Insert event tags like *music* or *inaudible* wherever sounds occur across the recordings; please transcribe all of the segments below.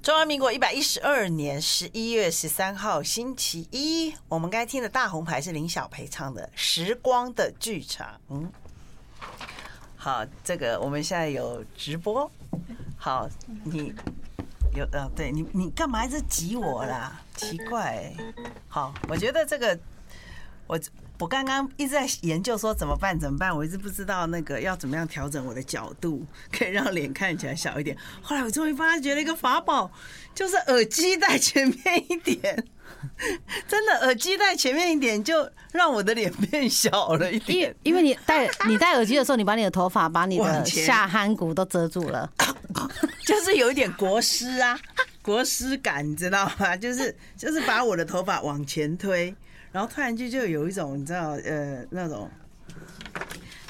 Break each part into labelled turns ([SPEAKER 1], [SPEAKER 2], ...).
[SPEAKER 1] 中华民国一百一十二年十一月十三号星期一，我们该听的大红牌是林小培唱的《时光的剧场》。好，这个我们现在有直播。好，你有啊？对你，你干嘛一直挤我啦？奇怪、好，我觉得这个我我刚刚一直在研究说怎么办怎么办，我一直不知道那个要怎么样调整我的角度，可以让脸看起来小一点。后来我终于发觉了一个法宝，就是耳机戴前面一点。 *laughs* 真的，耳机戴前面一点，就让我的脸变小了一
[SPEAKER 2] *laughs* 因
[SPEAKER 1] 点
[SPEAKER 2] 为。因为你戴你戴耳机的时候，你把你的头发、把你
[SPEAKER 1] 往
[SPEAKER 2] 的
[SPEAKER 1] 前
[SPEAKER 2] 下颌骨都遮住
[SPEAKER 1] *laughs*
[SPEAKER 2] 了。
[SPEAKER 1] 就是有一点国师啊，国师感，你知道吗？ *laughs* 就是就是把我的头发往前推，然后突然就就有一种你知道呃那种，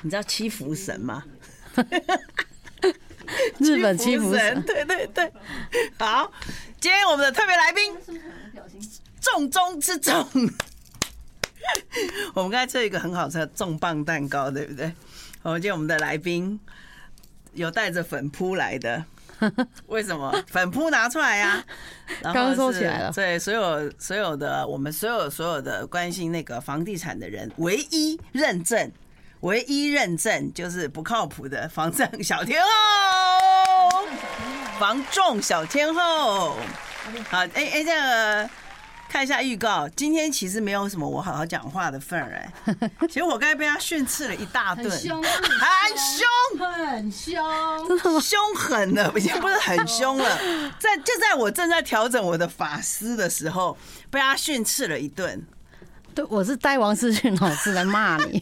[SPEAKER 1] 你知道七福神吗？
[SPEAKER 2] 日本七福神，
[SPEAKER 1] 对对对。 *laughs* 好，今天我们的特别来宾，重中之重。 *laughs* 我们刚才吃了一个很好吃的重磅蛋糕，对不对？我今天我们的来宾有带着粉扑来
[SPEAKER 2] *laughs*
[SPEAKER 1] 的，为什么粉扑拿出来呀、啊？
[SPEAKER 2] 刚刚收起来了
[SPEAKER 1] 然后是对，所有所有的我们所有所有的关心那个房地产的人，唯一认证，唯一认证就是不靠谱的防震小天后，防重小天后。
[SPEAKER 2] *laughs*
[SPEAKER 1] 好，哎、哎、这个看一下预告，今天其实没有什么我好好讲话的份儿哎、其实我刚才被他训斥了一大顿，*laughs*
[SPEAKER 3] 很
[SPEAKER 2] 啊
[SPEAKER 3] 凶，
[SPEAKER 1] 很凶，
[SPEAKER 3] 很凶，
[SPEAKER 1] 凶狠了，已经不是很凶了，在就在我正在调整我的发丝的时候，被他训斥了一顿。
[SPEAKER 2] 对，我是带王世俊老师来骂
[SPEAKER 1] *laughs*
[SPEAKER 2] 你，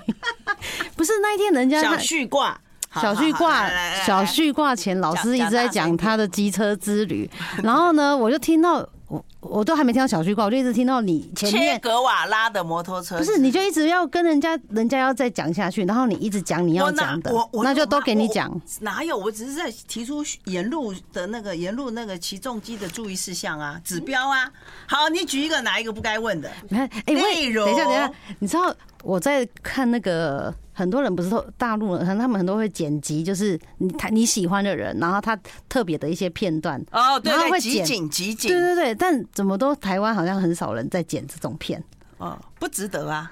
[SPEAKER 2] 不是那一天人家
[SPEAKER 1] 小
[SPEAKER 2] 他
[SPEAKER 1] 旭挂，好
[SPEAKER 2] 小旭
[SPEAKER 1] 好好
[SPEAKER 2] 挂
[SPEAKER 1] 来来来来
[SPEAKER 2] 小旭挂前，老师一直在讲他的机车之旅，然后呢，我就听到我我都还没听到小旭挂，我就一直听到你前
[SPEAKER 1] 切
[SPEAKER 2] 面。
[SPEAKER 1] 格瓦拉的摩托车，
[SPEAKER 2] 不是，你就一直要跟人家，人家要再讲下去，然后你一直讲你要
[SPEAKER 1] 我哪
[SPEAKER 2] 讲的
[SPEAKER 1] 我，我
[SPEAKER 2] 那就
[SPEAKER 1] 有
[SPEAKER 2] 都
[SPEAKER 1] 吗
[SPEAKER 2] 给你
[SPEAKER 1] 我
[SPEAKER 2] 讲。
[SPEAKER 1] 哪有？我只是在提出沿路的那个沿路那个起重机的注意事项啊，指标啊。好，你举一个哪一个不该问的？
[SPEAKER 2] 你看，哎、我
[SPEAKER 1] 内
[SPEAKER 2] 也
[SPEAKER 1] 容
[SPEAKER 2] 等一下，等一下，你知道我在看那个很多人不是都大陆人，可能他们很多会剪辑，就是你他你喜欢的人，然后他特别的一些片段。
[SPEAKER 1] 哦，
[SPEAKER 2] 然后会
[SPEAKER 1] 集
[SPEAKER 2] 剪
[SPEAKER 1] 锦集
[SPEAKER 2] 对
[SPEAKER 1] 锦，
[SPEAKER 2] 对对，但怎么都台湾好像很少人在剪这
[SPEAKER 1] *laughs*
[SPEAKER 2] 种片，
[SPEAKER 1] 哦，不值得啊。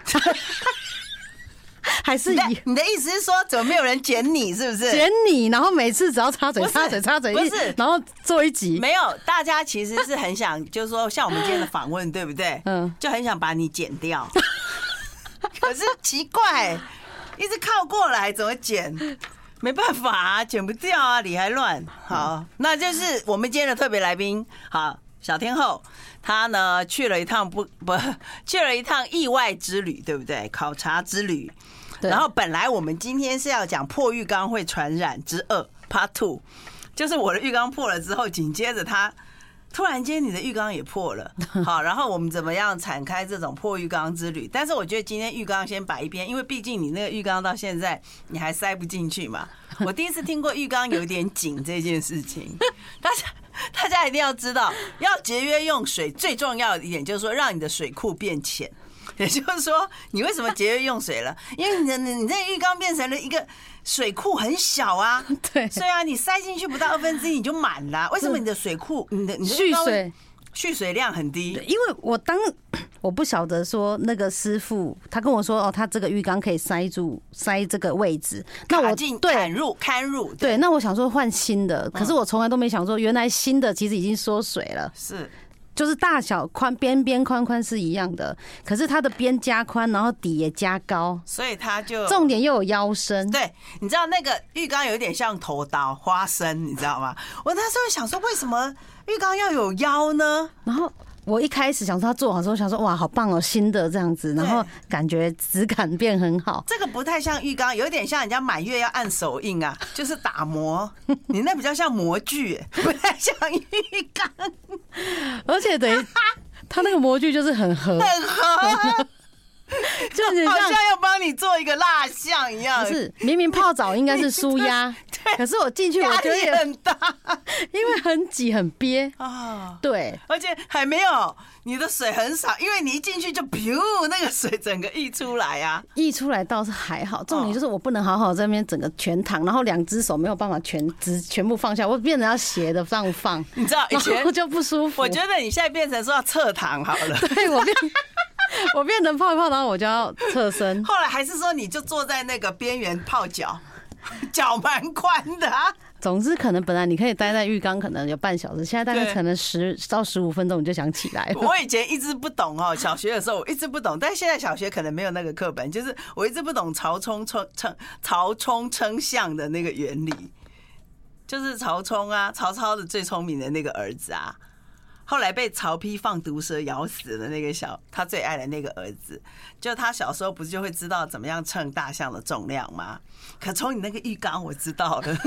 [SPEAKER 2] 还是
[SPEAKER 1] 你的
[SPEAKER 2] 以
[SPEAKER 1] 你的意思是说，怎么没有人剪你？是不是？
[SPEAKER 2] 剪你，然后每次只要插嘴
[SPEAKER 1] 不是
[SPEAKER 2] 插嘴插嘴，
[SPEAKER 1] 不
[SPEAKER 2] 一
[SPEAKER 1] 是
[SPEAKER 2] 然后做一集，
[SPEAKER 1] 没有，大家其实是很想，就是说像我们今天的访问，对不对？嗯
[SPEAKER 2] *laughs* 嗯，
[SPEAKER 1] 就很想把你剪
[SPEAKER 2] *laughs*
[SPEAKER 1] 掉。可是奇怪，一直靠过来怎么剪？没办法、啊，剪不掉啊，理还
[SPEAKER 2] 嗯
[SPEAKER 1] 乱。好，那就是我们今天的特别来宾，好，小天后，她呢去了一趟不不去了一趟意外之旅，对不对？考察之旅。
[SPEAKER 2] 对
[SPEAKER 1] 然后本来我们今天是要讲破浴缸会传染之二 Part Two，就是我的浴缸破了之后，紧接着它突然间你的浴缸也破了，好，然后我们怎么样展开这种破浴缸之旅？但是我觉得今天浴缸先摆一边，因为毕竟你那个浴缸到现在你还塞不进去嘛。我第一次听过浴缸有点紧这件事情， *laughs* 大家大家一定要知道，要节约用水最重要的一点就是说，让你的水库变浅。 *laughs* 也就是说，你为什么节约用水了？因为你的你你这浴缸变成了一个水库很小啊，
[SPEAKER 2] *laughs* 对，
[SPEAKER 1] 所以啊，你塞进去不到二分之一你就满了啊、为什么你的水库、你的你的
[SPEAKER 2] 嗯蓄
[SPEAKER 1] 浴缸会
[SPEAKER 2] 水。
[SPEAKER 1] 蓄水量很低？
[SPEAKER 2] 因为我当 *clears throat* 我不晓得说那个师傅，他跟我说哦，他这个浴缸可以塞住塞这个位置，那
[SPEAKER 1] 卡
[SPEAKER 2] 我
[SPEAKER 1] 进
[SPEAKER 2] 对
[SPEAKER 1] 砍入堪入，
[SPEAKER 2] 对，那我想说换新的，可是
[SPEAKER 1] 嗯
[SPEAKER 2] 我从来都没想说，原来新的其实已经缩水了，
[SPEAKER 1] 是
[SPEAKER 2] 就是大小宽边边宽宽是一样的，可是它的边加宽，然后底也加高，
[SPEAKER 1] 所以它就
[SPEAKER 2] 重点又有腰身，
[SPEAKER 1] 嗯对，你知道那个浴缸有一点像头刀花生，你知道吗？我那时候想说，为什么浴缸要有腰呢？
[SPEAKER 2] 然后。我一开始想说他做好之后，想说哇好棒哦，新的这样子，然后感觉质感变很好。
[SPEAKER 1] 这个不太像浴缸，有点像人家满月要按手印
[SPEAKER 2] *laughs*
[SPEAKER 1] 啊，就是打磨。你那比较像模具、不太像浴缸，
[SPEAKER 2] 而且等于
[SPEAKER 1] *laughs*
[SPEAKER 2] 它那个模具就是很合，
[SPEAKER 1] 很
[SPEAKER 2] *laughs*
[SPEAKER 1] 合，
[SPEAKER 2] 就是
[SPEAKER 1] 啊好
[SPEAKER 2] 像
[SPEAKER 1] 像要帮你做一个蜡像一样。 *laughs*
[SPEAKER 2] 不是明明泡澡应该是舒压，可是我进去，我
[SPEAKER 1] 压
[SPEAKER 2] 觉得
[SPEAKER 1] 力
[SPEAKER 2] 也
[SPEAKER 1] 很大
[SPEAKER 2] 因为很挤很憋，
[SPEAKER 1] 啊。
[SPEAKER 2] 对，
[SPEAKER 1] 而且还没有你的水很少，因为你一进去就 *laughs* 噗，那个水整个溢出来啊。
[SPEAKER 2] 溢出来倒是还好，重
[SPEAKER 1] 哦
[SPEAKER 2] 点就是我不能好好在那边整个全躺，然后两只手没有办法全直全部放下，我变成要斜的放放，
[SPEAKER 1] 你知道以
[SPEAKER 2] 然
[SPEAKER 1] 前
[SPEAKER 2] 后，就不舒服。
[SPEAKER 1] 我觉得你现在变成说要侧躺好 *laughs* 了，
[SPEAKER 2] *laughs* 对我变我变成泡一泡，然后我就要侧身。
[SPEAKER 1] 后来还是说你就坐在那个边缘泡脚， *laughs* 脚蛮宽的、啊。
[SPEAKER 2] 总之，可能本来你可以待在浴缸，可能有半小时，现在大概
[SPEAKER 1] 对
[SPEAKER 2] 可能十到十五分钟你就想起来了。
[SPEAKER 1] 我以前一直不懂哦，小学的时候我一直不懂，但现在小学可能没有那个课本，就是我一直不懂曹冲称称曹冲称象的那个原理，就是曹冲啊，曹操的最聪明的那个儿子啊，后来被曹丕放毒蛇咬死的那个小他最爱的那个儿子，就他小时候不是就会知道怎么样称大象的重量吗？可从你那个浴缸我知道了，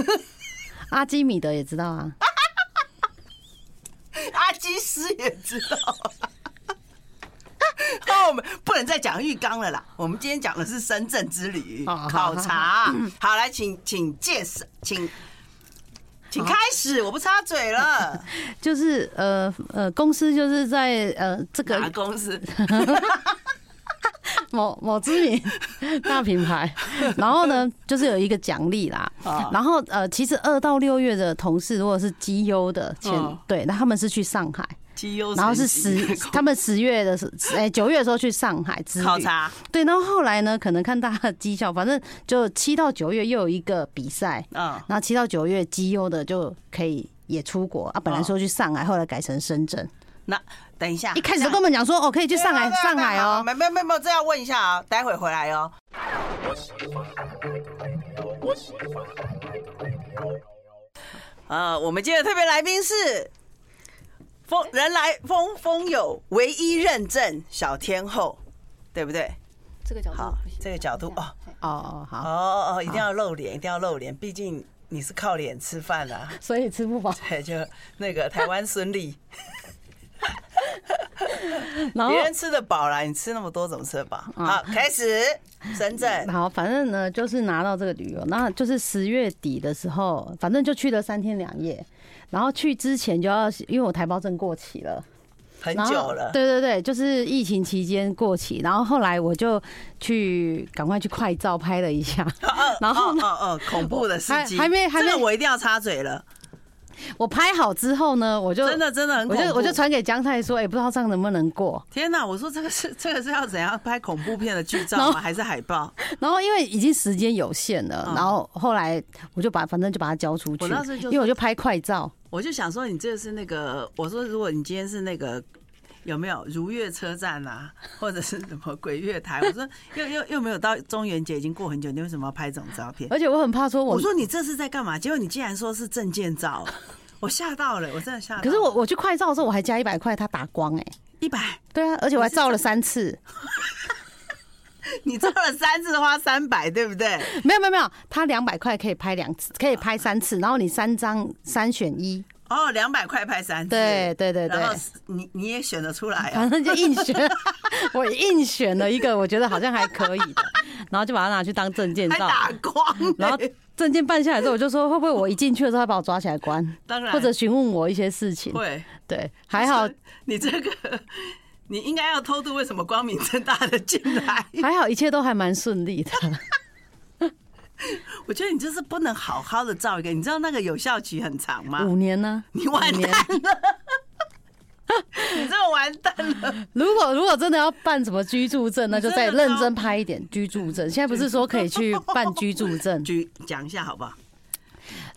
[SPEAKER 2] 阿基米德也知道啊，
[SPEAKER 1] 阿基师也知道。 *laughs* 哦，我们不能再讲浴缸了啦。我们今天讲的是深圳之旅
[SPEAKER 2] 哦好好
[SPEAKER 1] 考察。好，来，请请介绍，请请开始，我不插嘴
[SPEAKER 2] *laughs*
[SPEAKER 1] 了。
[SPEAKER 2] 就是呃呃，公司就是在呃这
[SPEAKER 1] 哪
[SPEAKER 2] 个
[SPEAKER 1] 公司？
[SPEAKER 2] 某某
[SPEAKER 1] *laughs*
[SPEAKER 2] 知名大品牌，然后呢，就是有一个奖励啦。
[SPEAKER 1] 啊
[SPEAKER 2] 然后呃，其实二到六月的同事如果是绩优的前
[SPEAKER 1] 嗯，
[SPEAKER 2] 对，那他们是去上海，
[SPEAKER 1] 绩优
[SPEAKER 2] 然后是
[SPEAKER 1] 神级
[SPEAKER 2] 十，他们十月的时，哎九月的时候去上海之旅
[SPEAKER 1] 考察
[SPEAKER 2] 对，然后后来呢，可能看大家的绩效，反正就七到九月又有一个比赛，
[SPEAKER 1] 嗯，
[SPEAKER 2] 然后七到九月绩优的就可以也出国啊。本来说去上海，后来改成深圳。
[SPEAKER 1] 那等一下，
[SPEAKER 2] 一开始都跟我们讲说，哦，可以去上海，
[SPEAKER 1] 啊对啊
[SPEAKER 2] 上海哦。
[SPEAKER 1] 对啊对啊没没没没有，这要问一下啊，待会回来哦。呃，我们今天的特别来宾是风人来风风友唯一认证小天后，对不对？
[SPEAKER 3] 这个角
[SPEAKER 1] 好
[SPEAKER 3] 度不行，
[SPEAKER 1] 这个角度
[SPEAKER 3] 样
[SPEAKER 1] 哦
[SPEAKER 3] 对
[SPEAKER 2] 哦哦
[SPEAKER 1] 哦
[SPEAKER 2] 好，
[SPEAKER 1] 哦哦，一定要露脸，一定要露脸，毕竟你是靠脸吃饭的、啊。 *laughs*
[SPEAKER 2] 所以吃不饱。
[SPEAKER 1] 对，就那个台湾孙俪，
[SPEAKER 2] 然后
[SPEAKER 1] 别人吃得饱啦，你吃那么多怎么吃得饱？
[SPEAKER 2] 嗯
[SPEAKER 1] 好，开始深圳，
[SPEAKER 2] 好，反正呢就是拿到这个旅游，那就是十月底的时候，反正就去了三天两夜。然后去之前就要，因为我台胞证过期了，
[SPEAKER 1] 很
[SPEAKER 2] 然后
[SPEAKER 1] 久了，
[SPEAKER 2] 对对对，就是疫情期间过期，然后后来我就去赶快去快照拍了一下，然后呢，
[SPEAKER 1] *laughs* 哦哦，哦恐怖的事情，
[SPEAKER 2] 还还没还没
[SPEAKER 1] 这个我一定要插嘴了，
[SPEAKER 2] 我拍好之后呢，我就
[SPEAKER 1] 真的真的很
[SPEAKER 2] 我
[SPEAKER 1] 恐怖。
[SPEAKER 2] 就我就传给江太说，哎、不知道这样能不能过。
[SPEAKER 1] 天哪！我说这个是这个是要怎样拍恐怖片的剧照
[SPEAKER 2] 然后 *laughs*
[SPEAKER 1] 吗？还是海报？
[SPEAKER 2] 然后因为已经时间有限了，
[SPEAKER 1] 嗯
[SPEAKER 2] 然后后来我就把反正就把它交出去，
[SPEAKER 1] 我那时候就
[SPEAKER 2] 因为我就拍快照，
[SPEAKER 1] 我就想说你这个是那个，我说如果你今天是那个。有没有如月车站啊， *laughs* 或者是什么鬼月台？我说又又又没有到中元节，已经过很久，你为什么要拍这种照片？
[SPEAKER 2] 而且我很怕说我，
[SPEAKER 1] 我说你这是在干嘛？结果你竟然说是证件照，我吓到了，我真的吓到了。
[SPEAKER 2] 可是我我去快照的时候，我还加一百块，他打光哎、
[SPEAKER 1] 一百，
[SPEAKER 2] 对啊，而且我还照了三次，
[SPEAKER 1] 你照了三次花三百，对不对？
[SPEAKER 2] 没有没有没有，他两百块可以拍两次，可以拍三次，然后你三张三选一，
[SPEAKER 1] 哦，两百块拍三次，
[SPEAKER 2] 对对对对
[SPEAKER 1] 然后是你你也选得出来啊
[SPEAKER 2] 反？正就硬选， *laughs* 我硬选了一个，我觉得好像还可以的，然后就把它拿去当证件
[SPEAKER 1] 还
[SPEAKER 2] 照，
[SPEAKER 1] 打光嘞、
[SPEAKER 2] 然后嗯证件办下来之后，我就说会不会我一进去的时候他把我抓起来关，
[SPEAKER 1] 当然
[SPEAKER 2] 或者询问我一些事情，
[SPEAKER 1] 会
[SPEAKER 2] 对，还好
[SPEAKER 1] 就是你这个 *laughs* 你应该要偷渡，为什么光明正大的进来？ *laughs*
[SPEAKER 2] 还好一切都还蛮顺利的，
[SPEAKER 1] 我觉得你就是不能好好的照一个，你知道那个有效期很长吗？
[SPEAKER 2] 五年呢。
[SPEAKER 1] 你完蛋了， *laughs* 你这个完蛋了。
[SPEAKER 2] 如果如果真的要办什么居住证，那就再
[SPEAKER 1] 你真的
[SPEAKER 2] 认真拍一点居住证。现在不是说可以
[SPEAKER 1] *laughs*
[SPEAKER 2] 去办居住证
[SPEAKER 1] 举讲一下好不好？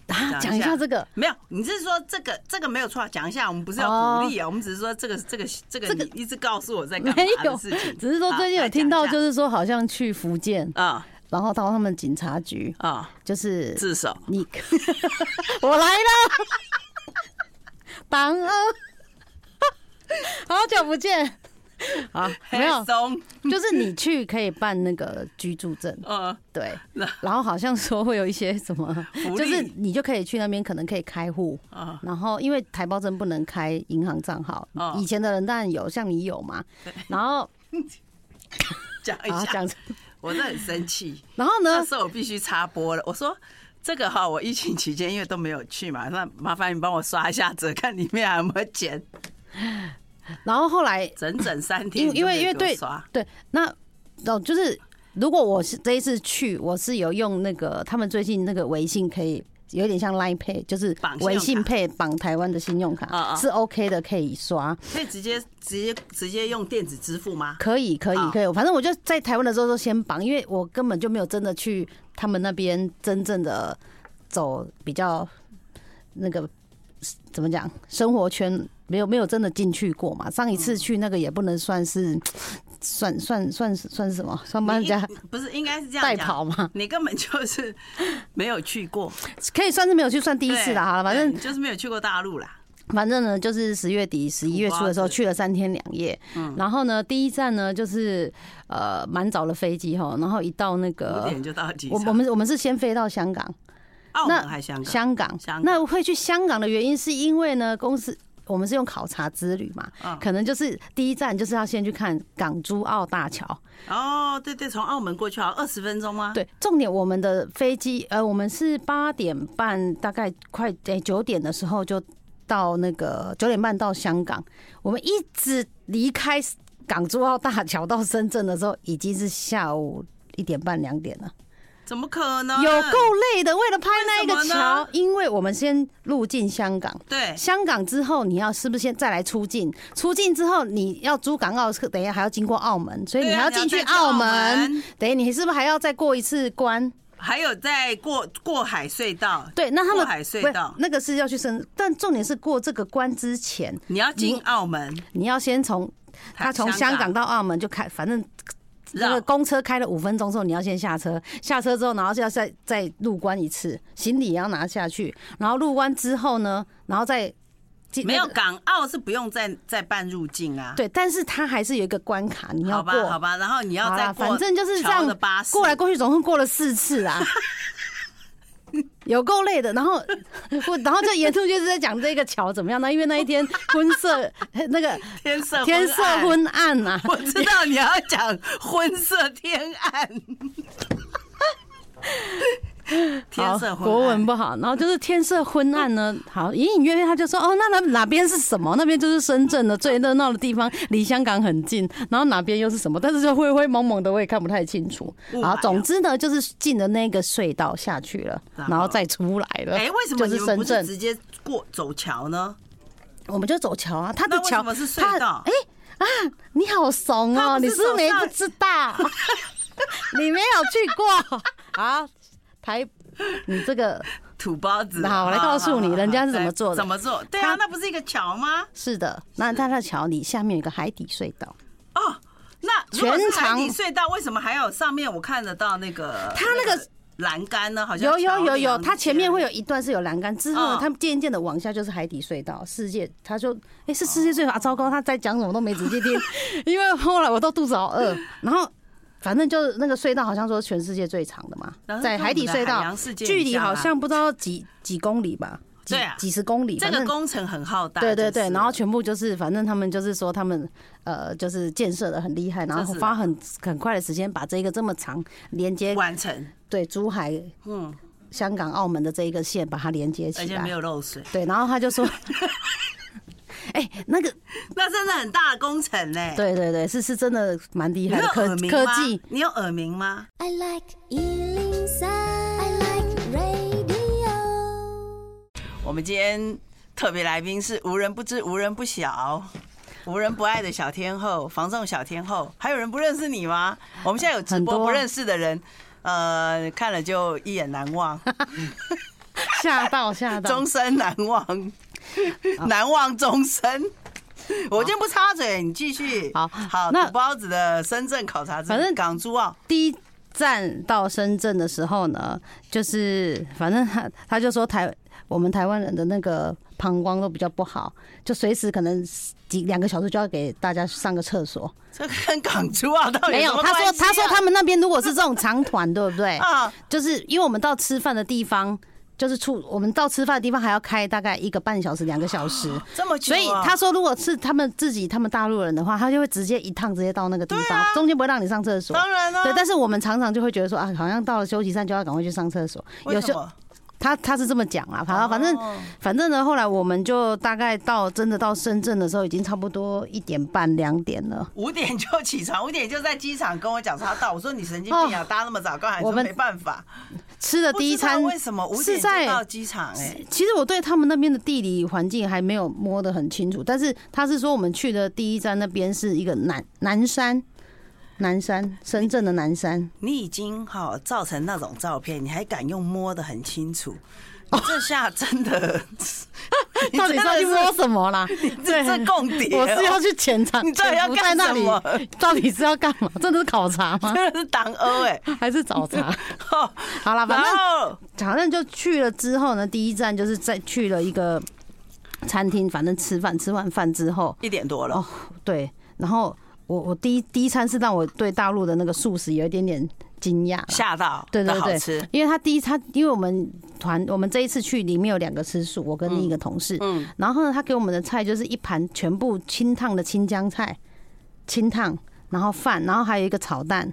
[SPEAKER 2] 啊？讲一下这个，
[SPEAKER 1] 没有，你是说这个这个没有错，讲一下，我们不是要鼓励啊，我们只是说这个这个这个
[SPEAKER 2] 哦这个
[SPEAKER 1] 你一直告诉我在 *laughs* 干嘛
[SPEAKER 2] 没有
[SPEAKER 1] 的事情，，
[SPEAKER 2] 只是说最近有听到，就是是说好像去福建，
[SPEAKER 1] 啊
[SPEAKER 2] 然后到他们警察局，
[SPEAKER 1] 啊
[SPEAKER 2] 就是
[SPEAKER 1] 自首，
[SPEAKER 2] 你， *laughs* 我来了，党恩，好久不见啊，没有
[SPEAKER 1] 黑，松，
[SPEAKER 2] 就是你去可以办那个居住证，
[SPEAKER 1] 嗯，
[SPEAKER 2] 对，
[SPEAKER 1] 那
[SPEAKER 2] *laughs* 然后好像说会有一些什么，
[SPEAKER 1] 福利
[SPEAKER 2] 就是你就可以去那边，可能可以开户，
[SPEAKER 1] 啊
[SPEAKER 2] 然后因为台胞证不能开银行账号
[SPEAKER 1] 哦，
[SPEAKER 2] 以前的人当然有，像你有嘛，
[SPEAKER 1] *laughs*
[SPEAKER 2] 然后
[SPEAKER 1] 讲一
[SPEAKER 2] 啊
[SPEAKER 1] 下，
[SPEAKER 2] 讲，
[SPEAKER 1] 哎我真的很生气，
[SPEAKER 2] 然后
[SPEAKER 1] 那
[SPEAKER 2] *laughs*
[SPEAKER 1] *laughs*
[SPEAKER 2] 呢，
[SPEAKER 1] 时候我必须插播了，我说这个哈，我疫情期间因为都没有去嘛，那麻烦你帮我刷一下子，看里面还有没有剪，
[SPEAKER 2] 然后后来
[SPEAKER 1] 整整三天
[SPEAKER 2] 因
[SPEAKER 1] 你都没有
[SPEAKER 2] 因为
[SPEAKER 1] 给我
[SPEAKER 2] 因为
[SPEAKER 1] 刷
[SPEAKER 2] 对，那哦，就是如果我是这一次去，我是有用那个他们最近那个微信可以。有点像 Line Pay，就是
[SPEAKER 1] 绑信用
[SPEAKER 2] 微
[SPEAKER 1] 卡
[SPEAKER 2] 信配绑台湾的信用卡
[SPEAKER 1] 啊啊
[SPEAKER 2] 是 OK 的，可以刷，
[SPEAKER 1] 可以直接直接直接用电子支付吗？
[SPEAKER 2] 可以，可以
[SPEAKER 1] 好，
[SPEAKER 2] 可以。反正我就在台湾的时候都先绑，因为我根本就没有真的去他们那边真正的走比较那个怎么讲生活圈，没有没有真的进去过嘛。上一次去那个也不能算
[SPEAKER 1] 嗯
[SPEAKER 2] 是算算算算是什么，算帮人
[SPEAKER 1] 你应
[SPEAKER 2] 家
[SPEAKER 1] 不是应该是这样
[SPEAKER 2] 代
[SPEAKER 1] 讲
[SPEAKER 2] 跑嘛，
[SPEAKER 1] 你根本就是没有去过，
[SPEAKER 2] 可以算是没有去 *laughs* 算第一次
[SPEAKER 1] 对
[SPEAKER 2] 了。好了，反
[SPEAKER 1] 对
[SPEAKER 2] 正
[SPEAKER 1] 你就是没有去过大陆啦。
[SPEAKER 2] 反正呢，就是十月底、十一月初的时候
[SPEAKER 1] 土瓜子
[SPEAKER 2] 去了三天两夜。
[SPEAKER 1] 嗯
[SPEAKER 2] 然后呢，第一站呢就是呃蛮早的飞机哈，然后一到那
[SPEAKER 1] 五
[SPEAKER 2] 个
[SPEAKER 1] 点就到机
[SPEAKER 2] 呃我
[SPEAKER 1] 场，
[SPEAKER 2] 我们我们是先飞到香港，
[SPEAKER 1] 澳
[SPEAKER 2] 那
[SPEAKER 1] 门还香港，
[SPEAKER 2] 香港
[SPEAKER 1] 香港
[SPEAKER 2] 那会去香港的原因是因为呢公司。我们是用考察之旅嘛，
[SPEAKER 1] 嗯
[SPEAKER 2] 可能就是第一站就是要先去看港珠澳大桥。
[SPEAKER 1] 哦，对对，从澳门过去好像二十分钟吗？
[SPEAKER 2] 对，重点我们的飞机，呃，我们是八点半，大概快诶九、点的时候就到那个九点半到香港。我们一直离开港珠澳大桥到深圳的时候，已经是下午一点半两点了，
[SPEAKER 1] 怎么可能？
[SPEAKER 2] 有够累的。为了拍那一
[SPEAKER 1] 为
[SPEAKER 2] 个
[SPEAKER 1] 什么呢
[SPEAKER 2] 桥，因为我们先入境香港。
[SPEAKER 1] 对，
[SPEAKER 2] 香港之后，你要是不是先再来出境？出境之后，你要租港澳，等一下还要经过澳门，所以你
[SPEAKER 1] 对啊
[SPEAKER 2] 还要
[SPEAKER 1] 你要
[SPEAKER 2] 进去
[SPEAKER 1] 再去
[SPEAKER 2] 澳
[SPEAKER 1] 澳
[SPEAKER 2] 门
[SPEAKER 1] 门，
[SPEAKER 2] 等于你是不是还要再过一次关？
[SPEAKER 1] 还有在过过海隧道，
[SPEAKER 2] 对，那他
[SPEAKER 1] 过
[SPEAKER 2] 们
[SPEAKER 1] 海隧
[SPEAKER 2] 不是
[SPEAKER 1] 道
[SPEAKER 2] 那个是要去深，但重点是过这个关之前，
[SPEAKER 1] 你要进
[SPEAKER 2] 你
[SPEAKER 1] 澳门，
[SPEAKER 2] 你要先从他从香港到澳门就开，反正那
[SPEAKER 1] 绕
[SPEAKER 2] 个公车开了五分钟之后，你要先下车，下车之后，然后就要再再入关一次，行李也要拿下去，然后入关之后呢，然后再进
[SPEAKER 1] 没有
[SPEAKER 2] 那个
[SPEAKER 1] 港澳是不用再再办入境啊。
[SPEAKER 2] 对，但是它还是有一个关卡，你要
[SPEAKER 1] 好
[SPEAKER 2] 过。
[SPEAKER 1] 吧，好吧，然后你要
[SPEAKER 2] 好
[SPEAKER 1] 再
[SPEAKER 2] 啦
[SPEAKER 1] 过，
[SPEAKER 2] 反正就是这样
[SPEAKER 1] 的巴士
[SPEAKER 2] 过来过去，总共过了四
[SPEAKER 1] *laughs*
[SPEAKER 2] 次啊。有够累的，然后 *laughs* 我，然后就沿途就是在讲这个桥怎么样呢？因为那一天昏色，那
[SPEAKER 1] *laughs*
[SPEAKER 2] 个
[SPEAKER 1] 天色
[SPEAKER 2] 天色
[SPEAKER 1] 暗，
[SPEAKER 2] 昏暗啊，
[SPEAKER 1] *laughs* 我知道你要讲昏色天暗，
[SPEAKER 2] *laughs*
[SPEAKER 1] 天色
[SPEAKER 2] 好
[SPEAKER 1] 昏暗
[SPEAKER 2] 国文不好，然后就是天色昏暗
[SPEAKER 1] *laughs*
[SPEAKER 2] 呢。好，隐隐约约他就说，哦，那那哪边是什么？那边就是深圳的最热闹的地方，离香港很近。然后哪边又是什么？但是就灰灰蒙蒙的，我也看不太清楚
[SPEAKER 1] 雾。霾
[SPEAKER 2] 好
[SPEAKER 1] 啊，
[SPEAKER 2] 总之呢，就是进了那个隧道下去了，
[SPEAKER 1] 然后
[SPEAKER 2] 然后再出来了。
[SPEAKER 1] 哎、为什么
[SPEAKER 2] 就
[SPEAKER 1] 你
[SPEAKER 2] 是
[SPEAKER 1] 们
[SPEAKER 2] 深
[SPEAKER 1] 不是
[SPEAKER 2] 圳？
[SPEAKER 1] 直接过走桥呢？
[SPEAKER 2] 我们就走桥啊，它的
[SPEAKER 1] 那为
[SPEAKER 2] 桥
[SPEAKER 1] 什么是
[SPEAKER 2] 它
[SPEAKER 1] 隧道？
[SPEAKER 2] 哎你好怂哦、
[SPEAKER 1] 它不
[SPEAKER 2] 你
[SPEAKER 1] 是
[SPEAKER 2] 是不是没
[SPEAKER 1] 走上
[SPEAKER 2] 不知
[SPEAKER 1] *laughs*
[SPEAKER 2] 道？你没有去过啊？台，你这个
[SPEAKER 1] 土包子，
[SPEAKER 2] 好我来告诉你
[SPEAKER 1] 好好
[SPEAKER 2] 人家是怎么
[SPEAKER 1] 好
[SPEAKER 2] 做的
[SPEAKER 1] 怎么做？对啊，
[SPEAKER 2] 它
[SPEAKER 1] 那不是一个桥吗？
[SPEAKER 2] 是的，那它的桥底下面有一个海底隧道，
[SPEAKER 1] 哦，那如果
[SPEAKER 2] 全
[SPEAKER 1] 是海底
[SPEAKER 2] 长
[SPEAKER 1] 隧道为什么还有上面我看得到那个
[SPEAKER 2] 它那个
[SPEAKER 1] 栏杆呢？好像
[SPEAKER 2] 有有
[SPEAKER 1] 桥
[SPEAKER 2] 有有，
[SPEAKER 1] 梁
[SPEAKER 2] 它
[SPEAKER 1] 之
[SPEAKER 2] 前
[SPEAKER 1] 间
[SPEAKER 2] 面会有一段是有栏杆，之后呢
[SPEAKER 1] 嗯
[SPEAKER 2] 它们渐渐的往下就是海底隧道，世界，他就哎、是世界最好、
[SPEAKER 1] 哦
[SPEAKER 2] 啊，糟糕，他在讲什么都没仔细听， *laughs* 因为后来我都肚子好饿，
[SPEAKER 1] 嗯
[SPEAKER 2] 然后。反正就是那个隧道，好像说全世界最长的嘛
[SPEAKER 1] 然，后
[SPEAKER 2] 在
[SPEAKER 1] 跟
[SPEAKER 2] 海底
[SPEAKER 1] 我们
[SPEAKER 2] 隧
[SPEAKER 1] 的海
[SPEAKER 2] 道
[SPEAKER 1] 洋世，界
[SPEAKER 2] 距
[SPEAKER 1] 很
[SPEAKER 2] 离
[SPEAKER 1] 像
[SPEAKER 2] 好
[SPEAKER 1] 啊
[SPEAKER 2] 像不知道几几公里吧，几
[SPEAKER 1] 对啊
[SPEAKER 2] 几十公里，
[SPEAKER 1] 这
[SPEAKER 2] 反
[SPEAKER 1] 个
[SPEAKER 2] 正
[SPEAKER 1] 工程很浩大，
[SPEAKER 2] 对对
[SPEAKER 1] 就
[SPEAKER 2] 对，
[SPEAKER 1] 是
[SPEAKER 2] 然后全部就是，反正他们就是说他们呃，就是建设的很厉害，然
[SPEAKER 1] 这
[SPEAKER 2] 后
[SPEAKER 1] 是
[SPEAKER 2] 花很很快的时间把这个这么长连接
[SPEAKER 1] 完成，
[SPEAKER 2] 对珠海、
[SPEAKER 1] 嗯，
[SPEAKER 2] 香港、澳门的这一个线把它连接
[SPEAKER 1] 而
[SPEAKER 2] 起
[SPEAKER 1] 且没
[SPEAKER 2] 来。
[SPEAKER 1] 有漏水， *laughs*
[SPEAKER 2] 对，然后他就说，哎、那个
[SPEAKER 1] 那真的很大的工程呢、
[SPEAKER 2] 对对对，是是真的蛮厉
[SPEAKER 1] 你
[SPEAKER 2] 害的
[SPEAKER 1] 有
[SPEAKER 2] 科
[SPEAKER 1] 耳鸣
[SPEAKER 2] 科
[SPEAKER 1] 吗
[SPEAKER 2] 技。，
[SPEAKER 1] 你有耳鸣吗？
[SPEAKER 3] I like Ealing Sound. I like radio.
[SPEAKER 1] 我们今天特别来宾是无人不知、无人不晓、无人不爱的小天后，防重小天后。还有人不认识你吗？我们现在有直
[SPEAKER 2] 很
[SPEAKER 1] 播
[SPEAKER 2] 多啊
[SPEAKER 1] 不认识的人，呃，看了就一眼难忘，
[SPEAKER 2] 吓到吓到
[SPEAKER 1] 终，身难
[SPEAKER 2] *laughs*
[SPEAKER 1] 忘，
[SPEAKER 2] 啊
[SPEAKER 1] 难忘终身。我今天不插嘴，你继续。
[SPEAKER 2] 好
[SPEAKER 1] 好，
[SPEAKER 2] 那
[SPEAKER 1] 土包子的深圳考察之旅，
[SPEAKER 2] 反正
[SPEAKER 1] 港珠澳
[SPEAKER 2] 第一站到深圳的时候呢，就是反正他他就说台我们台湾人的那个膀胱都比较不好，就随时可能几两个小时就要给大家上个厕所。
[SPEAKER 1] 这跟港珠澳到底
[SPEAKER 2] 没有，
[SPEAKER 1] 什么
[SPEAKER 2] 他说
[SPEAKER 1] 关系啊
[SPEAKER 2] 他说他们那边如果是这种长团，对不对？ *laughs*
[SPEAKER 1] 啊，
[SPEAKER 2] 就是因为我们到吃饭的地方。就是出我们到吃饭的地方还要开大概一个半小时、两个小时，
[SPEAKER 1] 这么久
[SPEAKER 2] 所
[SPEAKER 1] 啊，
[SPEAKER 2] 以他说，如果是他们自己他们大陆人的话，他就会直接一趟直接到那个地
[SPEAKER 1] 对
[SPEAKER 2] 方
[SPEAKER 1] 啊，
[SPEAKER 2] 中间不会让你上厕所。
[SPEAKER 1] 当然了，
[SPEAKER 2] 啊对，但是我们常常就会觉得说啊，好像到了休息站就要赶快去上厕所。
[SPEAKER 1] 为
[SPEAKER 2] 有
[SPEAKER 1] 什
[SPEAKER 2] 时候
[SPEAKER 1] 么？
[SPEAKER 2] 他他是这么讲啊，反正反正
[SPEAKER 1] 哦
[SPEAKER 2] 反正呢，后来我们就大概到真的到深圳的时候，已经差不多一点半两点了。
[SPEAKER 1] 五点就起床，五点就在机场跟我讲说他到，我说你神经病啊，搭那么早干嘛？你
[SPEAKER 2] 哦我
[SPEAKER 1] 说
[SPEAKER 2] 们
[SPEAKER 1] 没办法，
[SPEAKER 2] 吃的第一餐
[SPEAKER 1] 不知道为什么五点
[SPEAKER 2] 是
[SPEAKER 1] 就
[SPEAKER 2] 在
[SPEAKER 1] 到机场？哎，
[SPEAKER 2] 其实我对他们那边的地理环境还没有摸得很清楚，但是他是说我们去的第一站那边是一个南南山，南山，深圳的南山。
[SPEAKER 1] 你已经哈造成那种照片，你还敢用摸的很清
[SPEAKER 2] *laughs*
[SPEAKER 1] 楚？你这下真的，你
[SPEAKER 2] 到底
[SPEAKER 1] 真的
[SPEAKER 2] 要去
[SPEAKER 1] 是
[SPEAKER 2] 摸什么啦？
[SPEAKER 1] 这这共谍哦，
[SPEAKER 2] 我是要去潜藏，
[SPEAKER 1] 你到底要
[SPEAKER 2] 潜伏在那
[SPEAKER 1] 干什么
[SPEAKER 2] 里？到底是要干嘛？真的是考察吗？
[SPEAKER 1] 真的是党欧
[SPEAKER 2] *laughs*
[SPEAKER 1] 哎。
[SPEAKER 2] 还是找茬？
[SPEAKER 1] 哈
[SPEAKER 2] 好啊啦，反
[SPEAKER 1] 然
[SPEAKER 2] 正
[SPEAKER 1] 后
[SPEAKER 2] 反正就去了之后呢，第一站就是在去了一个餐厅，反正吃饭，吃完饭之后，
[SPEAKER 1] 一点多了
[SPEAKER 2] 哦，对，然后我我第一第一餐是让我对大陆的那个素食有一点点惊讶啦，
[SPEAKER 1] 吓到，
[SPEAKER 2] 对对
[SPEAKER 1] 那好吃
[SPEAKER 2] 对，，因为他第一他因为我们团我们这一次去里面有两个吃素，我跟另一个同事，
[SPEAKER 1] 嗯，
[SPEAKER 2] 然后呢他给我们的菜就是一盘全部清烫的青江菜，清烫，然后饭，然后还有一个炒蛋，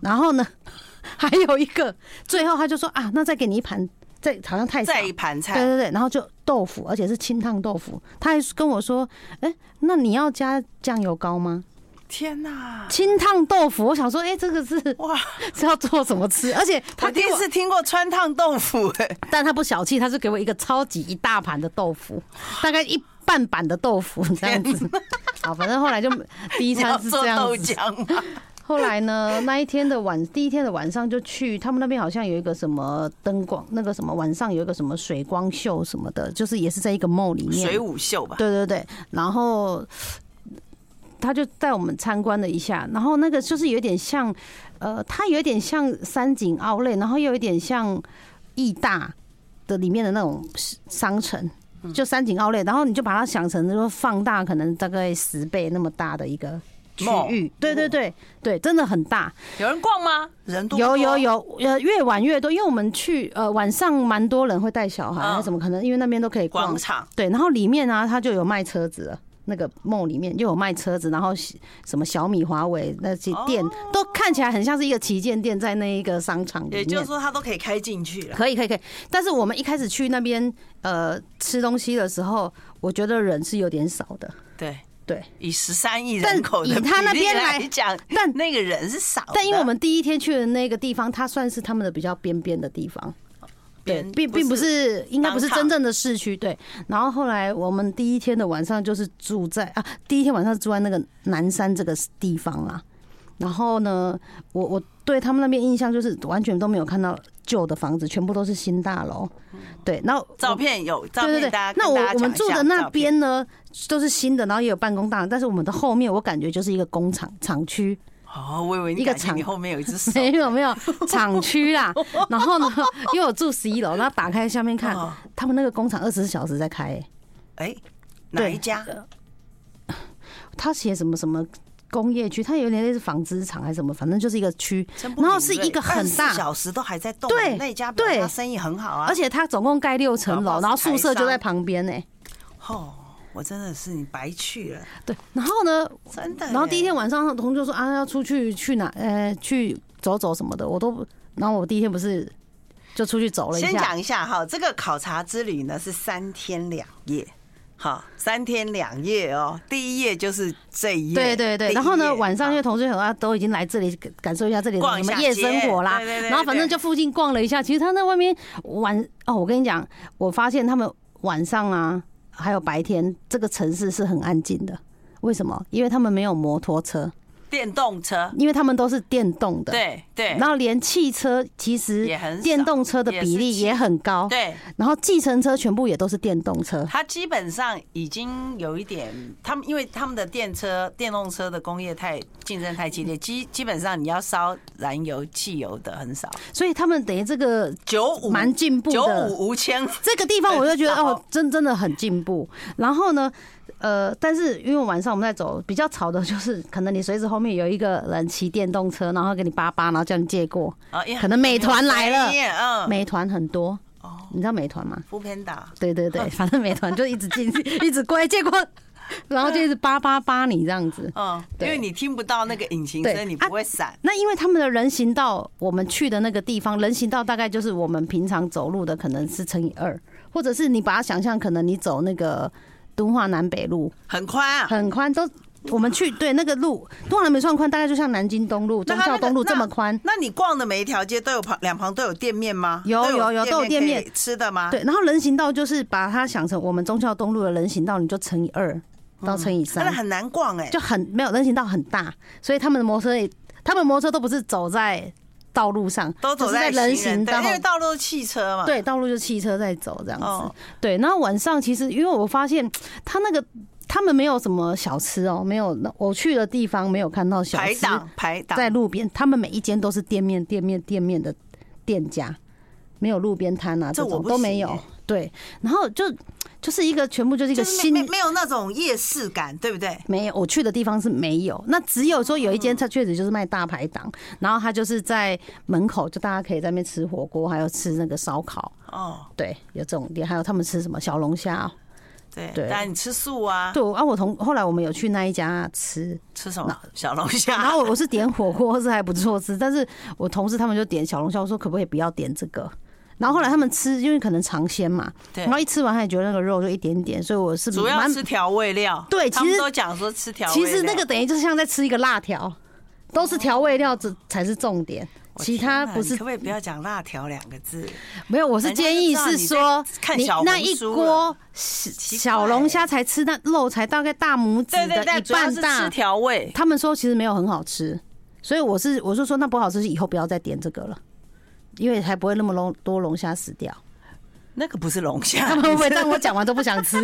[SPEAKER 2] 然后呢 *laughs* 还有一个最后他就说啊，那再给你一盘，再好像太少
[SPEAKER 1] 再一盘
[SPEAKER 2] 哎对
[SPEAKER 1] 菜，
[SPEAKER 2] 对对，然后就豆腐，而且是清烫豆腐。他还跟我说：“哎、那你要加酱油膏吗
[SPEAKER 1] 天？”哪！
[SPEAKER 2] 清烫豆腐，我想说，哎、这个是
[SPEAKER 1] 哇！
[SPEAKER 2] 是要做什么吃？而且
[SPEAKER 1] 我
[SPEAKER 2] 他
[SPEAKER 1] 第
[SPEAKER 2] 给
[SPEAKER 1] 一
[SPEAKER 2] 我，
[SPEAKER 1] 次听过川烫豆腐，哎，
[SPEAKER 2] 但他不小气，他就给我一个超级一大盘的豆腐，大概一半板的豆腐这样子。好，反正后来就第
[SPEAKER 1] *laughs*
[SPEAKER 2] 一
[SPEAKER 1] 你要
[SPEAKER 2] 餐是
[SPEAKER 1] 做
[SPEAKER 2] 这样
[SPEAKER 1] 豆
[SPEAKER 2] 子。
[SPEAKER 1] 浆吗？
[SPEAKER 2] 后来呢，那一天的晚，第一天的晚上就去他们那边好像有一个什么灯光，那个什么晚上有一个什么水光秀什么的，就是也是在一个 mall 里 *laughs* 面。
[SPEAKER 1] 水舞秀吧，
[SPEAKER 2] 对对对，然后他就带我们参观了一下，然后那个就是有点像，呃，它有点像三井奥莱，然后又有点像义大的里面的那种商城。
[SPEAKER 1] 嗯
[SPEAKER 2] 就三井奥莱，然后你就把它想成就是放大，可能大概十倍那么大的一个区
[SPEAKER 1] Mall
[SPEAKER 2] 域，对对对对，真的很大。
[SPEAKER 1] 有人逛吗？人多不
[SPEAKER 2] 有
[SPEAKER 1] 多
[SPEAKER 2] 有，有，呃，越晚越多，因为我们去呃晚上蛮多人会带小孩，
[SPEAKER 1] 嗯
[SPEAKER 2] 还是怎么可能？因为那边都可以逛
[SPEAKER 1] 广场
[SPEAKER 2] 对，然后里面呢、它就有卖车子了。那个梦里面又有卖车子，然后喜什么小米、华为那些店、
[SPEAKER 1] 哦
[SPEAKER 2] 都看起来很像是一个旗舰店，在那一个商场里面。
[SPEAKER 1] 也就是说他都可以开进去了。
[SPEAKER 2] 可以可以可以，但是我们一开始去那边呃吃东西的时候，我觉得人是有点少的，
[SPEAKER 1] 对，
[SPEAKER 2] 对。
[SPEAKER 1] 以十三亿
[SPEAKER 2] 但
[SPEAKER 1] 人口的
[SPEAKER 2] 以他那
[SPEAKER 1] 比例
[SPEAKER 2] 边来
[SPEAKER 1] 来讲，
[SPEAKER 2] 但
[SPEAKER 1] 那个人是少的，
[SPEAKER 2] 但因为我们第一天去的那个地方，它算是他们的比较边边的地方，对，
[SPEAKER 1] 边
[SPEAKER 2] 并并不是应该不是
[SPEAKER 1] 当场
[SPEAKER 2] 真正的市区，对。然后后来我们第一天的晚上就是住在啊，第一天晚上住在那个南山这个地方啦。然后呢，我我对他们那边印象就是完全都没有看到旧的房子，全部都是新大楼。对，然后我
[SPEAKER 1] 嗯照片有照
[SPEAKER 2] 对
[SPEAKER 1] 片，
[SPEAKER 2] 对对
[SPEAKER 1] 大家，
[SPEAKER 2] 那
[SPEAKER 1] 跟
[SPEAKER 2] 我
[SPEAKER 1] 大家
[SPEAKER 2] 我们
[SPEAKER 1] 讲一
[SPEAKER 2] 住
[SPEAKER 1] 下
[SPEAKER 2] 的那
[SPEAKER 1] 照片
[SPEAKER 2] 边呢都是新的，然后也有办公大楼，但是我们的后面我感觉就是一个工厂厂区。
[SPEAKER 1] 哦，我以为你
[SPEAKER 2] 一个
[SPEAKER 1] 感觉
[SPEAKER 2] 厂
[SPEAKER 1] 你后面有一
[SPEAKER 2] *laughs*
[SPEAKER 1] 只手，
[SPEAKER 2] 没有没有厂区
[SPEAKER 1] *laughs*
[SPEAKER 2] 啦。然后呢，因为我住十一楼，然后打开下面看
[SPEAKER 1] 哦，
[SPEAKER 2] 他们那个工厂二十四小时在开、欸，
[SPEAKER 1] 哎，哪一家？
[SPEAKER 2] 他写什么什么。工业区，它有点类似纺织厂还是什么，反正就是一个区，
[SPEAKER 1] 真不
[SPEAKER 2] 然后
[SPEAKER 1] 敏
[SPEAKER 2] 是
[SPEAKER 1] 锐
[SPEAKER 2] 一个很
[SPEAKER 1] 24
[SPEAKER 2] 大，
[SPEAKER 1] 小时都还在动，
[SPEAKER 2] 对
[SPEAKER 1] 那家表示
[SPEAKER 2] 对
[SPEAKER 1] 他生意很好啊，
[SPEAKER 2] 而且它总共盖六层
[SPEAKER 1] 搞不好
[SPEAKER 2] 楼，
[SPEAKER 1] 是
[SPEAKER 2] 然后宿
[SPEAKER 1] 台商
[SPEAKER 2] 舍就在旁边呢、
[SPEAKER 1] 哦，我真的是你白去了，
[SPEAKER 2] 对，然后呢，
[SPEAKER 1] 真的耶。
[SPEAKER 2] 然后第一天晚上，同学说啊要出去去哪，呃，去走走什么的，我都，然后我第一天不是就出去走了一
[SPEAKER 1] 先
[SPEAKER 2] 下，
[SPEAKER 1] 讲一下哈，这个考察之旅呢是三天两夜。好，三天两夜哦，第一夜就是这一夜，
[SPEAKER 2] 对对
[SPEAKER 1] 第
[SPEAKER 2] 对，
[SPEAKER 1] 一
[SPEAKER 2] 然后呢，
[SPEAKER 1] 夜啊
[SPEAKER 2] 晚上因为同事很多都已经来这里感受一下这里的
[SPEAKER 1] 逛
[SPEAKER 2] 什
[SPEAKER 1] 一
[SPEAKER 2] 么
[SPEAKER 1] 下
[SPEAKER 2] 夜
[SPEAKER 1] 街
[SPEAKER 2] 生活啦
[SPEAKER 1] 对对，对
[SPEAKER 2] 然后反正就附近逛了一下。其实他那外面晚哦，我跟你讲，我发现他们晚上啊，还有白天，这个城市是很安静的。为什么？因为他们没有摩托车，
[SPEAKER 1] 电动车，
[SPEAKER 2] 因为他们都是电动的。。
[SPEAKER 1] 对对，
[SPEAKER 2] 然后连汽车其实
[SPEAKER 1] 也很少
[SPEAKER 2] 电动车的比
[SPEAKER 1] 也是
[SPEAKER 2] 例
[SPEAKER 1] 汽
[SPEAKER 2] 也很高，
[SPEAKER 1] 对
[SPEAKER 2] 然后计程车全部也都是电动车。
[SPEAKER 1] 它基本上已经有一点，他们因为他们的电车、电动车的工业太竞争太激烈，基基本上你要烧燃油、汽油的很少，
[SPEAKER 2] 所以他们等于这个
[SPEAKER 1] 九五
[SPEAKER 2] 蛮进步的
[SPEAKER 1] 九五无铅，
[SPEAKER 2] 这个地方
[SPEAKER 1] 哎
[SPEAKER 2] 我就觉得
[SPEAKER 1] 很少
[SPEAKER 2] 哦，真真的很进步。然后呢，呃，但是因为晚上我们在走，比较吵的就是可能你随时后面有一个人骑电动车，然后给你叭叭，然后叫你借过。
[SPEAKER 1] 啊，因为
[SPEAKER 2] 可能美团来了
[SPEAKER 1] 嗯，
[SPEAKER 2] 美团很多，
[SPEAKER 1] 哦，
[SPEAKER 2] 你知道美团吗？
[SPEAKER 1] 不偏打， *laughs*
[SPEAKER 2] *laughs* 对对对，反正美团就一直进，一直过来，结果然后就一直叭叭叭你这样子。
[SPEAKER 1] 嗯，因
[SPEAKER 2] 对
[SPEAKER 1] 为你听不到那个引擎
[SPEAKER 2] 对
[SPEAKER 1] 声，你
[SPEAKER 2] 啊
[SPEAKER 1] 不会闪。
[SPEAKER 2] 那因为他们的人行道，我们去的那个地方，人行道大概就是我们平常走路的，可能是乘以二，或者是你把它想象，可能你走那个敦化南北路，
[SPEAKER 1] 很宽啊。
[SPEAKER 2] 很宽，都我们去对那个路，敦化南北算宽，大概就像南京东路、
[SPEAKER 1] 那
[SPEAKER 2] 忠
[SPEAKER 1] 它
[SPEAKER 2] 孝
[SPEAKER 1] 那个
[SPEAKER 2] 东路这么
[SPEAKER 1] 那
[SPEAKER 2] 宽。
[SPEAKER 1] 那你逛的每一条街都有旁两旁都有店面吗？
[SPEAKER 2] 有有有都有店面
[SPEAKER 1] 可以吃的吗？
[SPEAKER 2] 对，然后人行道就是把它想成我们忠孝东路的人行道，你就乘以二到乘以
[SPEAKER 1] 真的
[SPEAKER 2] 三，
[SPEAKER 1] 很难逛哎、
[SPEAKER 2] 就很没有人行道很大，所以他们的摩托车也，他们摩托车都不是走在道路上，
[SPEAKER 1] 都走
[SPEAKER 2] 只是在人行
[SPEAKER 1] 对
[SPEAKER 2] 道，
[SPEAKER 1] 因为道路都是汽车嘛。
[SPEAKER 2] 对，道路就汽车在走这样
[SPEAKER 1] 哦
[SPEAKER 2] 子。对，然后晚上其实因为我发现他那个他们没有什么小吃哦，没有，我去的地方没有看到小
[SPEAKER 1] 排
[SPEAKER 2] 吃，
[SPEAKER 1] 档排档
[SPEAKER 2] 在路边，他们每一间都是店面店面店面的店家，没有路边摊啊，
[SPEAKER 1] 这
[SPEAKER 2] 这
[SPEAKER 1] 我
[SPEAKER 2] 种
[SPEAKER 1] 不
[SPEAKER 2] 都没
[SPEAKER 1] 行
[SPEAKER 2] 有
[SPEAKER 1] 欸。
[SPEAKER 2] 对，然后就就是一个全部就是一
[SPEAKER 1] 就
[SPEAKER 2] 个
[SPEAKER 1] 是
[SPEAKER 2] 新
[SPEAKER 1] 没没没有那种夜市感，对不对？
[SPEAKER 2] 没有，我去的地方是没有。那只有说有一间，它确实就是卖大排档，然后它就是在门口，就大家可以在那边吃火锅，还有吃那个烧烤。
[SPEAKER 1] 哦，
[SPEAKER 2] 对，有这种店，还有他们吃什么小龙虾哦、
[SPEAKER 1] 对，
[SPEAKER 2] 对
[SPEAKER 1] 当然你吃素啊，
[SPEAKER 2] 对，我啊，我同后来我们有去那一家吃，
[SPEAKER 1] 吃什么小龙 *laughs*
[SPEAKER 2] 然
[SPEAKER 1] 虾？
[SPEAKER 2] 后我我是点火锅是还不错吃，但是我同事他们就点小龙虾，我说可不可以不要点这个？然后后来他们吃，因为可能尝鲜嘛，
[SPEAKER 1] 对
[SPEAKER 2] 然后一吃完他也觉得那个肉就一点点，所以我是
[SPEAKER 1] 主要
[SPEAKER 2] 蛮
[SPEAKER 1] 吃调味料，
[SPEAKER 2] 对
[SPEAKER 1] 他
[SPEAKER 2] 其
[SPEAKER 1] 们
[SPEAKER 2] 实
[SPEAKER 1] 都讲说吃调味
[SPEAKER 2] 其
[SPEAKER 1] 料。
[SPEAKER 2] 实那个等于就是像在吃一个辣条，都是调味料这才是重点，
[SPEAKER 1] 我
[SPEAKER 2] 其
[SPEAKER 1] 哦天
[SPEAKER 2] 他
[SPEAKER 1] 哪
[SPEAKER 2] 不
[SPEAKER 1] 你
[SPEAKER 2] 是
[SPEAKER 1] 可不可以不要讲辣条两个字？
[SPEAKER 2] 没有，我是
[SPEAKER 1] 人家
[SPEAKER 2] 建议
[SPEAKER 1] 就知道
[SPEAKER 2] 是
[SPEAKER 1] 你在
[SPEAKER 2] 说
[SPEAKER 1] 看
[SPEAKER 2] 你
[SPEAKER 1] 小
[SPEAKER 2] 那
[SPEAKER 1] 红
[SPEAKER 2] 一
[SPEAKER 1] 书
[SPEAKER 2] 锅
[SPEAKER 1] 了
[SPEAKER 2] 小
[SPEAKER 1] 奇
[SPEAKER 2] 小
[SPEAKER 1] 怪
[SPEAKER 2] 龙虾才吃那肉才大概大拇指
[SPEAKER 1] 对
[SPEAKER 2] 的
[SPEAKER 1] 对对，
[SPEAKER 2] 一
[SPEAKER 1] 主要
[SPEAKER 2] 半
[SPEAKER 1] 是
[SPEAKER 2] 大
[SPEAKER 1] 吃，调味。
[SPEAKER 2] 他们说其实没有很好吃，所以我是我是说那不好吃，是以后不要再点这个了。因为还不会那么龙多龙虾死
[SPEAKER 1] *laughs*
[SPEAKER 2] 掉，
[SPEAKER 1] 那个不是龙
[SPEAKER 2] 他
[SPEAKER 1] 虾，
[SPEAKER 2] 们会不会让我讲完都不
[SPEAKER 1] *laughs*
[SPEAKER 2] 想吃？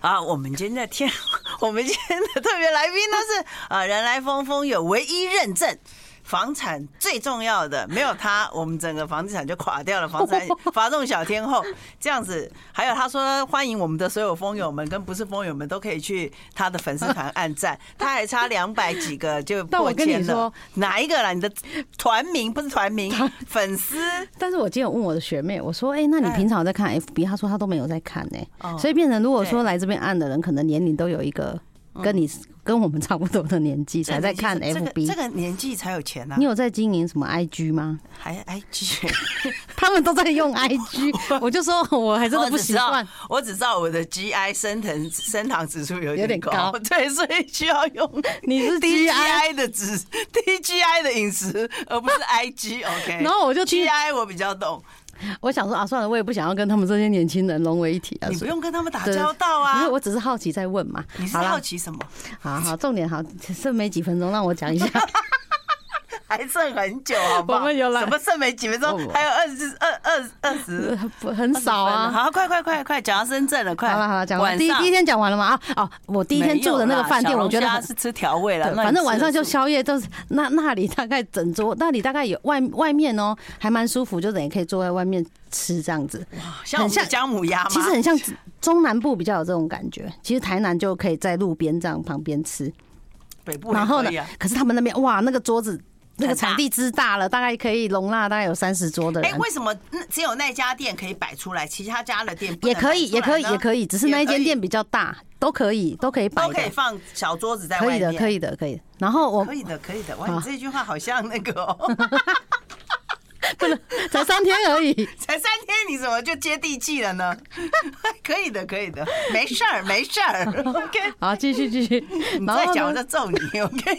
[SPEAKER 1] 啊，我们今天的天， *laughs* 我们今天的特别来宾呢是啊，人来疯疯有唯一认证。房产最重要的，没有
[SPEAKER 2] *laughs*
[SPEAKER 1] 他，我们整个房地产就垮掉了。房产 *laughs* 发动小天后这样子，还有他说欢迎我们的所有风友们跟不是风友们都可以去他的粉丝团按
[SPEAKER 2] *laughs*
[SPEAKER 1] 赞，他还差两百几个就
[SPEAKER 2] 但我
[SPEAKER 1] 破
[SPEAKER 2] 跟你
[SPEAKER 1] 千了
[SPEAKER 2] 说。
[SPEAKER 1] 哪一个啦？你的团名不是团名，粉丝
[SPEAKER 2] 但是我今天有问我的学妹，我说：“哎、那你
[SPEAKER 1] 哎
[SPEAKER 2] 平常有在看 FB？” 她说她都没有在看呢、
[SPEAKER 1] 哦
[SPEAKER 2] 所以变成如果
[SPEAKER 1] 对嗯
[SPEAKER 2] 说来这边按的人，可能年龄都有一个跟你跟我们差不多的年纪才在看
[SPEAKER 1] 这个
[SPEAKER 2] FB。
[SPEAKER 1] 这个年纪才有钱啊
[SPEAKER 2] 你！有在经营什么 IG 吗？
[SPEAKER 1] 还 IG，
[SPEAKER 2] 他们都在
[SPEAKER 1] *laughs*
[SPEAKER 2] 用 IG，我就说我还真的不习惯。
[SPEAKER 1] 我只知道。我只知道我的 GI 升糖升糖指数有
[SPEAKER 2] 有点
[SPEAKER 1] 高，
[SPEAKER 2] 高
[SPEAKER 1] *laughs* 对，所以需要用
[SPEAKER 2] 你是 GI，
[SPEAKER 1] DGI 的指 DGI 的饮食，而不是 IG。OK，
[SPEAKER 2] 然后我就听
[SPEAKER 1] GI 我比较懂，
[SPEAKER 2] 我想说啊，算了，我也不想要跟他们这些年轻人融为一体啊。
[SPEAKER 1] 你不
[SPEAKER 2] 所以
[SPEAKER 1] 用跟他们打
[SPEAKER 2] 对
[SPEAKER 1] 交道啊
[SPEAKER 2] 因为。我只是好奇在问嘛。
[SPEAKER 1] 你是
[SPEAKER 2] 好啦
[SPEAKER 1] 好奇什么？
[SPEAKER 2] 好好，重点好， *laughs* 剩没几分钟，让我讲
[SPEAKER 1] *laughs*
[SPEAKER 2] 一下。
[SPEAKER 1] 还剩很久，好不好？
[SPEAKER 2] 我们有来
[SPEAKER 1] 什么剩没几分钟，
[SPEAKER 2] 我
[SPEAKER 1] 还有二十二二二十。
[SPEAKER 2] 很少啊，
[SPEAKER 1] 好，快快快快，讲到深圳了，快！
[SPEAKER 2] 好了好了，讲
[SPEAKER 1] 晚
[SPEAKER 2] 完第一
[SPEAKER 1] 上
[SPEAKER 2] 第一天讲完了吗？啊哦，我第一天住的那个饭
[SPEAKER 1] 没
[SPEAKER 2] 店，
[SPEAKER 1] 有啦
[SPEAKER 2] 我觉得
[SPEAKER 1] 小龙
[SPEAKER 2] 很
[SPEAKER 1] 虾是吃调味了，
[SPEAKER 2] 对，
[SPEAKER 1] 那你
[SPEAKER 2] 反正晚上
[SPEAKER 1] 吃
[SPEAKER 2] 就
[SPEAKER 1] 的素
[SPEAKER 2] 宵夜都是那那里大概整桌，那里大概有外外面哦，还蛮舒服，就等于可以坐在外面吃这样子。
[SPEAKER 1] 像我们
[SPEAKER 2] 很像
[SPEAKER 1] 的姜母鸭吗？
[SPEAKER 2] 其实很像中南部比较有这种感觉，其实台南就可以在路边这样旁边吃，
[SPEAKER 1] 北部也
[SPEAKER 2] 然后呢
[SPEAKER 1] 可以啊，
[SPEAKER 2] 可是他们那边哇，那个桌子那个
[SPEAKER 1] 很大
[SPEAKER 2] 场地之大了，大概可以容纳大概有三十桌的
[SPEAKER 1] 哎、
[SPEAKER 2] 人。
[SPEAKER 1] 为什么那只有那家店可以摆出来，其他家的店不
[SPEAKER 2] 也
[SPEAKER 1] 能
[SPEAKER 2] 可以，也
[SPEAKER 1] 摆出来
[SPEAKER 2] 可以，
[SPEAKER 1] 呢
[SPEAKER 2] 也可以，只是那一间
[SPEAKER 1] 也可以
[SPEAKER 2] 店比较大，都可以，都可以摆
[SPEAKER 1] 都
[SPEAKER 2] 的
[SPEAKER 1] 可以，放小桌子在
[SPEAKER 2] 可
[SPEAKER 1] 外
[SPEAKER 2] 以
[SPEAKER 1] 面，
[SPEAKER 2] 的，可以哦啊的，可以。然后我
[SPEAKER 1] 可以的，可以的。哇，
[SPEAKER 2] 好
[SPEAKER 1] 你这句话好像那个、哦， *laughs*
[SPEAKER 2] 才三天而已，
[SPEAKER 1] 才三天，你怎么就接地气了呢？ *laughs* 可以的，可以的，没事儿，没事
[SPEAKER 2] *laughs*
[SPEAKER 1] 儿。OK，
[SPEAKER 2] 好，继续继续。
[SPEAKER 1] *laughs* 你
[SPEAKER 2] 然
[SPEAKER 1] 再
[SPEAKER 2] 后
[SPEAKER 1] 讲我
[SPEAKER 2] 呢
[SPEAKER 1] 就揍你。OK，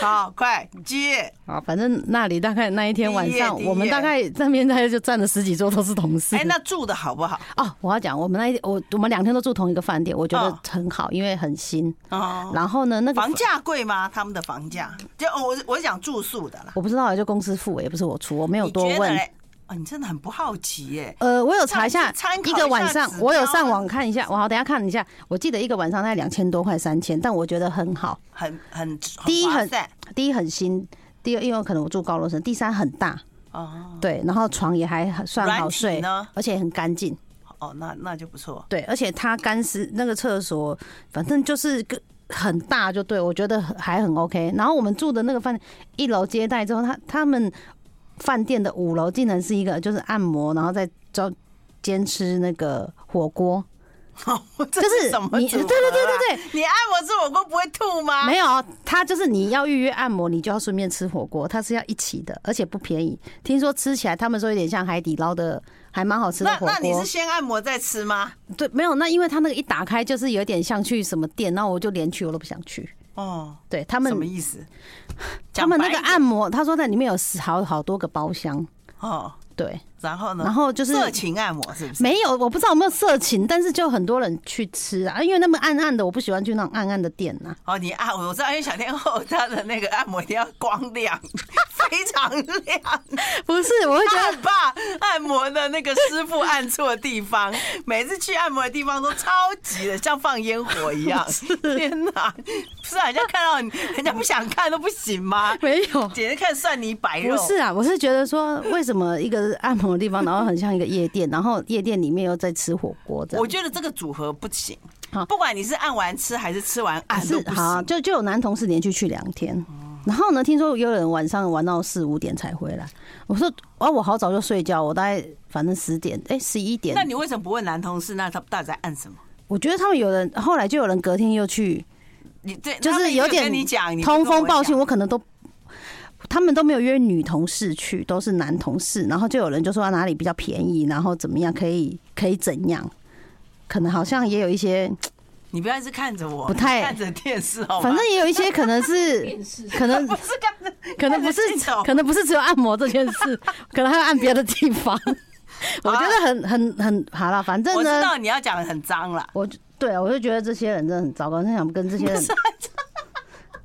[SPEAKER 1] 好，快接。
[SPEAKER 2] 好，反正那里大概那一天晚
[SPEAKER 1] 第
[SPEAKER 2] 上
[SPEAKER 1] 一，夜
[SPEAKER 2] 我们大概那边大概就站了十几桌，都是同事
[SPEAKER 1] 哎、。那住的好不好？
[SPEAKER 2] 哦，我要讲，我们那一我我们两天都住同一个饭店，我觉
[SPEAKER 1] 哦
[SPEAKER 2] 得很好，因为很新。
[SPEAKER 1] 哦，
[SPEAKER 2] 然后呢，那个
[SPEAKER 1] 房价贵吗？他们的房价？就哦我我讲住宿的啦。
[SPEAKER 2] 我不知道，就公司付，也不是我出，我没有
[SPEAKER 1] 你
[SPEAKER 2] 多
[SPEAKER 1] 觉得
[SPEAKER 2] 问。
[SPEAKER 1] 嘞哦，你真的很不好奇耶、
[SPEAKER 2] 呃，我有查一下
[SPEAKER 1] 参参考一
[SPEAKER 2] 一
[SPEAKER 1] 下
[SPEAKER 2] 个晚上
[SPEAKER 1] 指，标啊
[SPEAKER 2] 我有上网看一下，我好等一下看一下。我记得一个晚上大概两千多块三千，但我觉得很好。
[SPEAKER 1] 很很
[SPEAKER 2] 第一
[SPEAKER 1] 划
[SPEAKER 2] 很
[SPEAKER 1] 算
[SPEAKER 2] 第一很新，第二因为可能我住高楼层，第三很大，
[SPEAKER 1] 哦
[SPEAKER 2] 对，然后床也还很算
[SPEAKER 1] 软
[SPEAKER 2] 好
[SPEAKER 1] 体
[SPEAKER 2] 睡
[SPEAKER 1] 呢，
[SPEAKER 2] 而且很干净。
[SPEAKER 1] 哦，那那就不错。 *laughs*
[SPEAKER 2] 对，而且它干湿那个厕所，反正就是个很大，就对我觉得还很 OK。然后我们住的那个饭店一楼接待之后，他他们饭店的五楼竟然是一个就是按摩，然后再招兼吃那个火锅，
[SPEAKER 1] 这
[SPEAKER 2] 就是
[SPEAKER 1] 什么
[SPEAKER 2] 你
[SPEAKER 1] 组合啊？
[SPEAKER 2] 对对对对对
[SPEAKER 1] 你按摩吃火锅不会吐吗？
[SPEAKER 2] 没有，啊他就是你要预约按摩，你就要顺便吃火锅，它是要一起的，而且不便宜。听说吃起来他们说有点像海底捞的，还蛮好吃的
[SPEAKER 1] 那
[SPEAKER 2] 火
[SPEAKER 1] 那你
[SPEAKER 2] 锅
[SPEAKER 1] 是。先按摩再吃吗？
[SPEAKER 2] 对，没有，那因为他那个一打开就是有点像去什么店，然后我就连去我都不想去。
[SPEAKER 1] 哦，
[SPEAKER 2] 对他
[SPEAKER 1] 什么
[SPEAKER 2] 们，
[SPEAKER 1] 意思？
[SPEAKER 2] 他们那个
[SPEAKER 1] 讲白一
[SPEAKER 2] 按摩，他说在里面有十好好多个包厢，
[SPEAKER 1] 点哦，
[SPEAKER 2] 对，
[SPEAKER 1] 然后呢？
[SPEAKER 2] 然后就是
[SPEAKER 1] 色情按摩是不是？
[SPEAKER 2] 没有，我不知道有没有色情，但是就很多人去吃啊，因为那么暗暗的，我不喜欢去那种暗暗的店啊呐、
[SPEAKER 1] 哦，你按我知道，因为小天后她的那个按摩一定要光亮， *laughs* 非常亮。
[SPEAKER 2] 不是，我会 *laughs* 觉
[SPEAKER 1] 他
[SPEAKER 2] 得
[SPEAKER 1] 很怕按摩的那个师傅按错地方，每次去按摩的地方都超级的像放烟火一
[SPEAKER 2] *laughs*
[SPEAKER 1] 样。天哪！不是啊人家看到你，人家不想看都不行
[SPEAKER 2] *laughs*
[SPEAKER 1] 吗？
[SPEAKER 2] 没有。
[SPEAKER 1] 姐姐看蒜泥白
[SPEAKER 2] 不
[SPEAKER 1] 肉，
[SPEAKER 2] 是啊，我是觉得说，为什么一个按摩的地方，然后很像一个夜店，然后夜店里面又在吃火锅这
[SPEAKER 1] 我
[SPEAKER 2] 样？
[SPEAKER 1] 觉得这个组合不行
[SPEAKER 2] 好。
[SPEAKER 1] 不管你是按完吃还是吃完按都
[SPEAKER 2] 是
[SPEAKER 1] 不
[SPEAKER 2] 好啊，
[SPEAKER 1] 行。哦
[SPEAKER 2] 就就有男同事连续去两天，然后呢，听说有人晚上玩到四五点才回来。我说啊，我好早就睡觉，我大概反正十点，哎，十一点
[SPEAKER 1] 那。你为什么不问男同事？那他到底在按什么？
[SPEAKER 2] 我觉得他们有人后来就有人隔天又去，
[SPEAKER 1] 你对，
[SPEAKER 2] 就
[SPEAKER 1] 他们
[SPEAKER 2] 是
[SPEAKER 1] 已
[SPEAKER 2] 有
[SPEAKER 1] 经
[SPEAKER 2] 点
[SPEAKER 1] 跟你讲，你不
[SPEAKER 2] 通
[SPEAKER 1] 跟
[SPEAKER 2] 风
[SPEAKER 1] 我
[SPEAKER 2] 报信，
[SPEAKER 1] 讲
[SPEAKER 2] 我可能都。他们都没有约女同事去，都是男同事，然后就有人就说啊哪里比较便宜，然后怎么样可以可以怎样，可能好像也有一些，
[SPEAKER 1] 你不要一直看着我，
[SPEAKER 2] 不太
[SPEAKER 1] 看着电视好吗？
[SPEAKER 2] 反正也有一些可能是，
[SPEAKER 1] *laughs*
[SPEAKER 2] 可能
[SPEAKER 1] 不 *laughs* 是看着，
[SPEAKER 2] 可能不是
[SPEAKER 1] 看着镜头
[SPEAKER 2] 可能不是只有按摩这件事，可能还有按别的
[SPEAKER 1] *laughs*
[SPEAKER 2] 地方。我觉得很很很好了，反正
[SPEAKER 1] 我知
[SPEAKER 2] 呢，
[SPEAKER 1] 道你要讲的很脏了。
[SPEAKER 2] 我就对我就觉得这些人真的很糟糕，真想跟
[SPEAKER 1] *laughs*
[SPEAKER 2] 这些
[SPEAKER 1] 啊
[SPEAKER 2] 人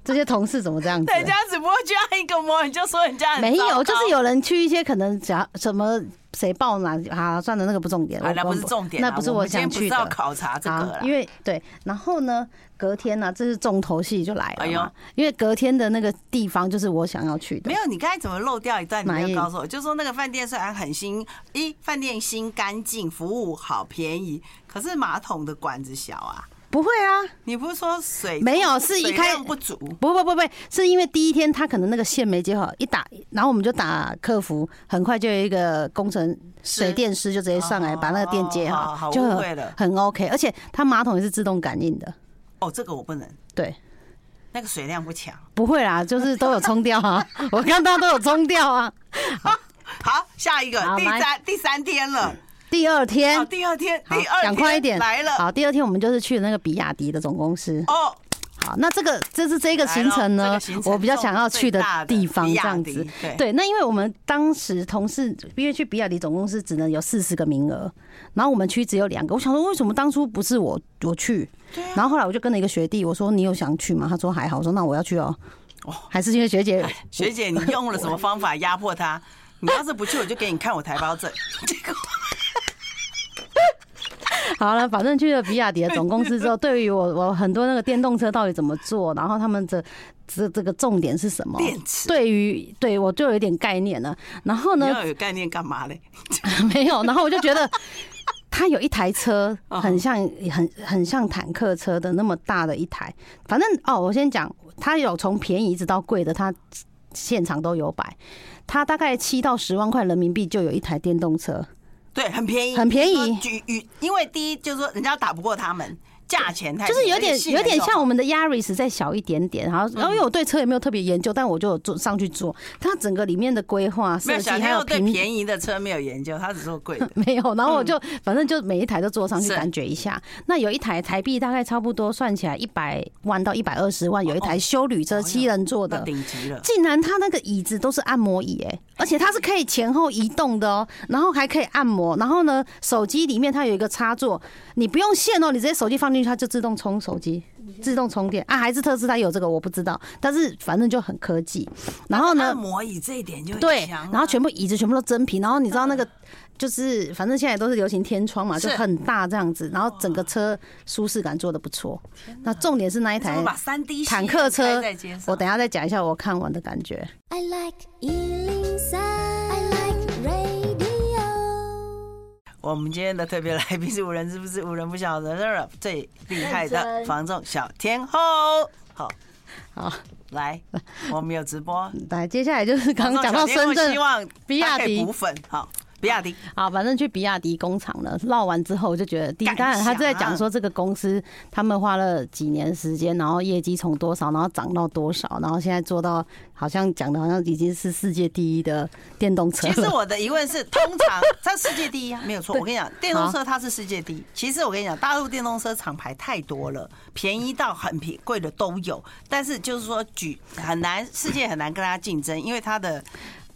[SPEAKER 2] 这些同事怎么这样子？啊
[SPEAKER 1] 人家只不过去按一个摩，你就说人家很
[SPEAKER 2] 没
[SPEAKER 1] 糟
[SPEAKER 2] 有，
[SPEAKER 1] 糕
[SPEAKER 2] 就是。有人去一些可能假什么谁报哪啊，算了，那个不重点，
[SPEAKER 1] 啊，那
[SPEAKER 2] 我
[SPEAKER 1] 不是重点啊，
[SPEAKER 2] 那不是
[SPEAKER 1] 我们今天
[SPEAKER 2] 想
[SPEAKER 1] 不
[SPEAKER 2] 去
[SPEAKER 1] 是要
[SPEAKER 2] 的。
[SPEAKER 1] 考察这个
[SPEAKER 2] 啊
[SPEAKER 1] 了，，
[SPEAKER 2] 因为对，然后呢，隔天呢、这是重头戏就来了
[SPEAKER 1] 哎
[SPEAKER 2] 嘛
[SPEAKER 1] 呦，
[SPEAKER 2] 因为隔天的那个地方就是我想要去的
[SPEAKER 1] 没，有你刚才怎么漏掉一段？你
[SPEAKER 2] 哪
[SPEAKER 1] 没
[SPEAKER 2] 一
[SPEAKER 1] 有告诉我，就说那个饭店虽然很新，一饭店新干净，服务好，便宜，可是马桶的管子小啊。
[SPEAKER 2] 不会啊，
[SPEAKER 1] 你不是说水
[SPEAKER 2] 没有是一
[SPEAKER 1] 水
[SPEAKER 2] 开
[SPEAKER 1] 量不足？
[SPEAKER 2] 不不不不，是因为第一天他可能那个线没接好，一打，然后我们就打客服，很快就有一个工程
[SPEAKER 1] 是
[SPEAKER 2] 水电师就直接上来
[SPEAKER 1] 哦
[SPEAKER 2] 把那个电接
[SPEAKER 1] 好好好
[SPEAKER 2] 好，就
[SPEAKER 1] 误会
[SPEAKER 2] 很
[SPEAKER 1] 了
[SPEAKER 2] 很 OK，而且它马桶也是自动感应的，
[SPEAKER 1] 哦，这个我不能，
[SPEAKER 2] 对，
[SPEAKER 1] 那个水量不强。
[SPEAKER 2] 不会啦，就是都有冲
[SPEAKER 1] *laughs*
[SPEAKER 2] 掉啊，我看到都有冲掉啊。
[SPEAKER 1] 好，下一个
[SPEAKER 2] 好
[SPEAKER 1] 第
[SPEAKER 2] 来
[SPEAKER 1] 三第三天了，
[SPEAKER 2] 第二
[SPEAKER 1] 哦，
[SPEAKER 2] 天，
[SPEAKER 1] 第二天
[SPEAKER 2] 好
[SPEAKER 1] 第二
[SPEAKER 2] 讲快一
[SPEAKER 1] 天
[SPEAKER 2] 点
[SPEAKER 1] 来了
[SPEAKER 2] 好，第二天我们就是去那个比亚迪的总公司。
[SPEAKER 1] 哦，
[SPEAKER 2] 好，那这个这是这个行程
[SPEAKER 1] 来
[SPEAKER 2] 呢
[SPEAKER 1] 咯这个行，程
[SPEAKER 2] 我比较想要去的地方，
[SPEAKER 1] 最
[SPEAKER 2] 这
[SPEAKER 1] 大
[SPEAKER 2] 样
[SPEAKER 1] 的
[SPEAKER 2] 子
[SPEAKER 1] 比亚迪对。
[SPEAKER 2] 对，那因为我们当时同事，因为去比亚迪总公司只能有四十个名额，然后我们区只有两个。我想说，为什么当初不是我我去？
[SPEAKER 1] 啊
[SPEAKER 2] 然后后来我就跟了一个学弟，我说你有想去吗？他说还好。我说那我要去哦。还是因为学姐，
[SPEAKER 1] 学姐，你用了什么方法压迫
[SPEAKER 2] *laughs*
[SPEAKER 1] 他？你要是不去，我就给你看我台胞证。 *laughs* 结果
[SPEAKER 2] 好了，反正去了比
[SPEAKER 1] *laughs*
[SPEAKER 2] 亚迪的总公司之后，对于我我很多那个电动车到底怎么做，然后他们这这这个重点是什么？
[SPEAKER 1] 电池
[SPEAKER 2] 对于对我就有点概念了。然后
[SPEAKER 1] 你
[SPEAKER 2] 呢，
[SPEAKER 1] 要有概念干嘛嘞？
[SPEAKER 2] *laughs* 没有，然后我就
[SPEAKER 1] *laughs*
[SPEAKER 2] 觉得他有一台车，
[SPEAKER 1] 哦
[SPEAKER 2] 很像很很像坦克车的那么大的一台。反正哦，我先讲，他有从便宜一直到贵的，他现场都有摆。他大概七到十万块人民币就有一台电动车，
[SPEAKER 1] 对，很便宜，
[SPEAKER 2] 很便宜
[SPEAKER 1] 就是说举举，因为第一就是说人家打不过他们，价钱太哎
[SPEAKER 2] 就是有点
[SPEAKER 1] 而且性
[SPEAKER 2] 有
[SPEAKER 1] 能
[SPEAKER 2] 点
[SPEAKER 1] 又好嗯
[SPEAKER 2] 像我们的 Yaris 再小一点点，然后然后因为我对车也没有特别研究，但我就有坐上去坐，它整个里面的规划
[SPEAKER 1] 没
[SPEAKER 2] 设
[SPEAKER 1] 有
[SPEAKER 2] 计
[SPEAKER 1] 小
[SPEAKER 2] 还
[SPEAKER 1] 天
[SPEAKER 2] 有
[SPEAKER 1] 后对
[SPEAKER 2] 平。
[SPEAKER 1] 便宜的车没有研究，他只做贵的
[SPEAKER 2] *laughs* 没有，然后我就、反正就每一台都坐上去
[SPEAKER 1] 是
[SPEAKER 2] 感觉一下。那有一台台币大概差不多算起来一百万到一百二十万，有一
[SPEAKER 1] 哦
[SPEAKER 2] 台修旅车七人座
[SPEAKER 1] 那
[SPEAKER 2] 的。
[SPEAKER 1] 顶级了，
[SPEAKER 2] 竟然它那个椅子都是按摩椅哎、而且它是可以前后移动的哦、然后还可以按摩，然后呢，手机里面它有一个插座，你不用线哦、你直接手机放进去，它就自动充手机，自动充电啊，还是特斯拉有这个我不知道，但是反正就很科技。然后呢
[SPEAKER 1] 按，摩椅这一点就很
[SPEAKER 2] 对，
[SPEAKER 1] 强啊嗯
[SPEAKER 2] 然后全部椅子全部都真皮，然后你知道那个就是反正现在都是流行天窗嘛，
[SPEAKER 1] 是
[SPEAKER 2] 就很大这样子，然后整个车舒适感做的不错。那重点是那一
[SPEAKER 1] 怎
[SPEAKER 2] 台
[SPEAKER 1] 么把三 D
[SPEAKER 2] 坦克车
[SPEAKER 1] 在街，上
[SPEAKER 2] 我等一下再讲一下我看完的感觉。
[SPEAKER 3] I like Ealing Sound. I like radio.
[SPEAKER 1] 我们今天的特别来宾是无人知不知无人不晓得最厉害的
[SPEAKER 3] 认真
[SPEAKER 1] 防重小天后。好，
[SPEAKER 2] 好，
[SPEAKER 1] 来，我们有直播。
[SPEAKER 2] 来，接下来就是 *laughs* 刚刚讲到深
[SPEAKER 1] 小天
[SPEAKER 2] 圳
[SPEAKER 1] 我希，望
[SPEAKER 2] 比亚
[SPEAKER 1] 他可以
[SPEAKER 2] 迪啊
[SPEAKER 1] 补粉好，比亚迪
[SPEAKER 2] 好，反正去比亚迪工厂呢，绕完之后我就觉得，第一，
[SPEAKER 1] 感
[SPEAKER 2] 当然他
[SPEAKER 1] 想
[SPEAKER 2] 就在讲说这个公司他们花了几年时间，然后业绩从多少，然后涨到多少，然后现在做到好像讲的好像已经是世界第一的电动车
[SPEAKER 1] 其实
[SPEAKER 2] 了。
[SPEAKER 1] 我的疑问是，通常 *laughs* 它世界第一啊，没有错。我跟你讲，电动车它是世界第一。其实我跟你讲，大陆电动车厂牌太多了，便宜到很便贵的都有。但是就是说，举很难，世界很难跟它竞争，因为它的。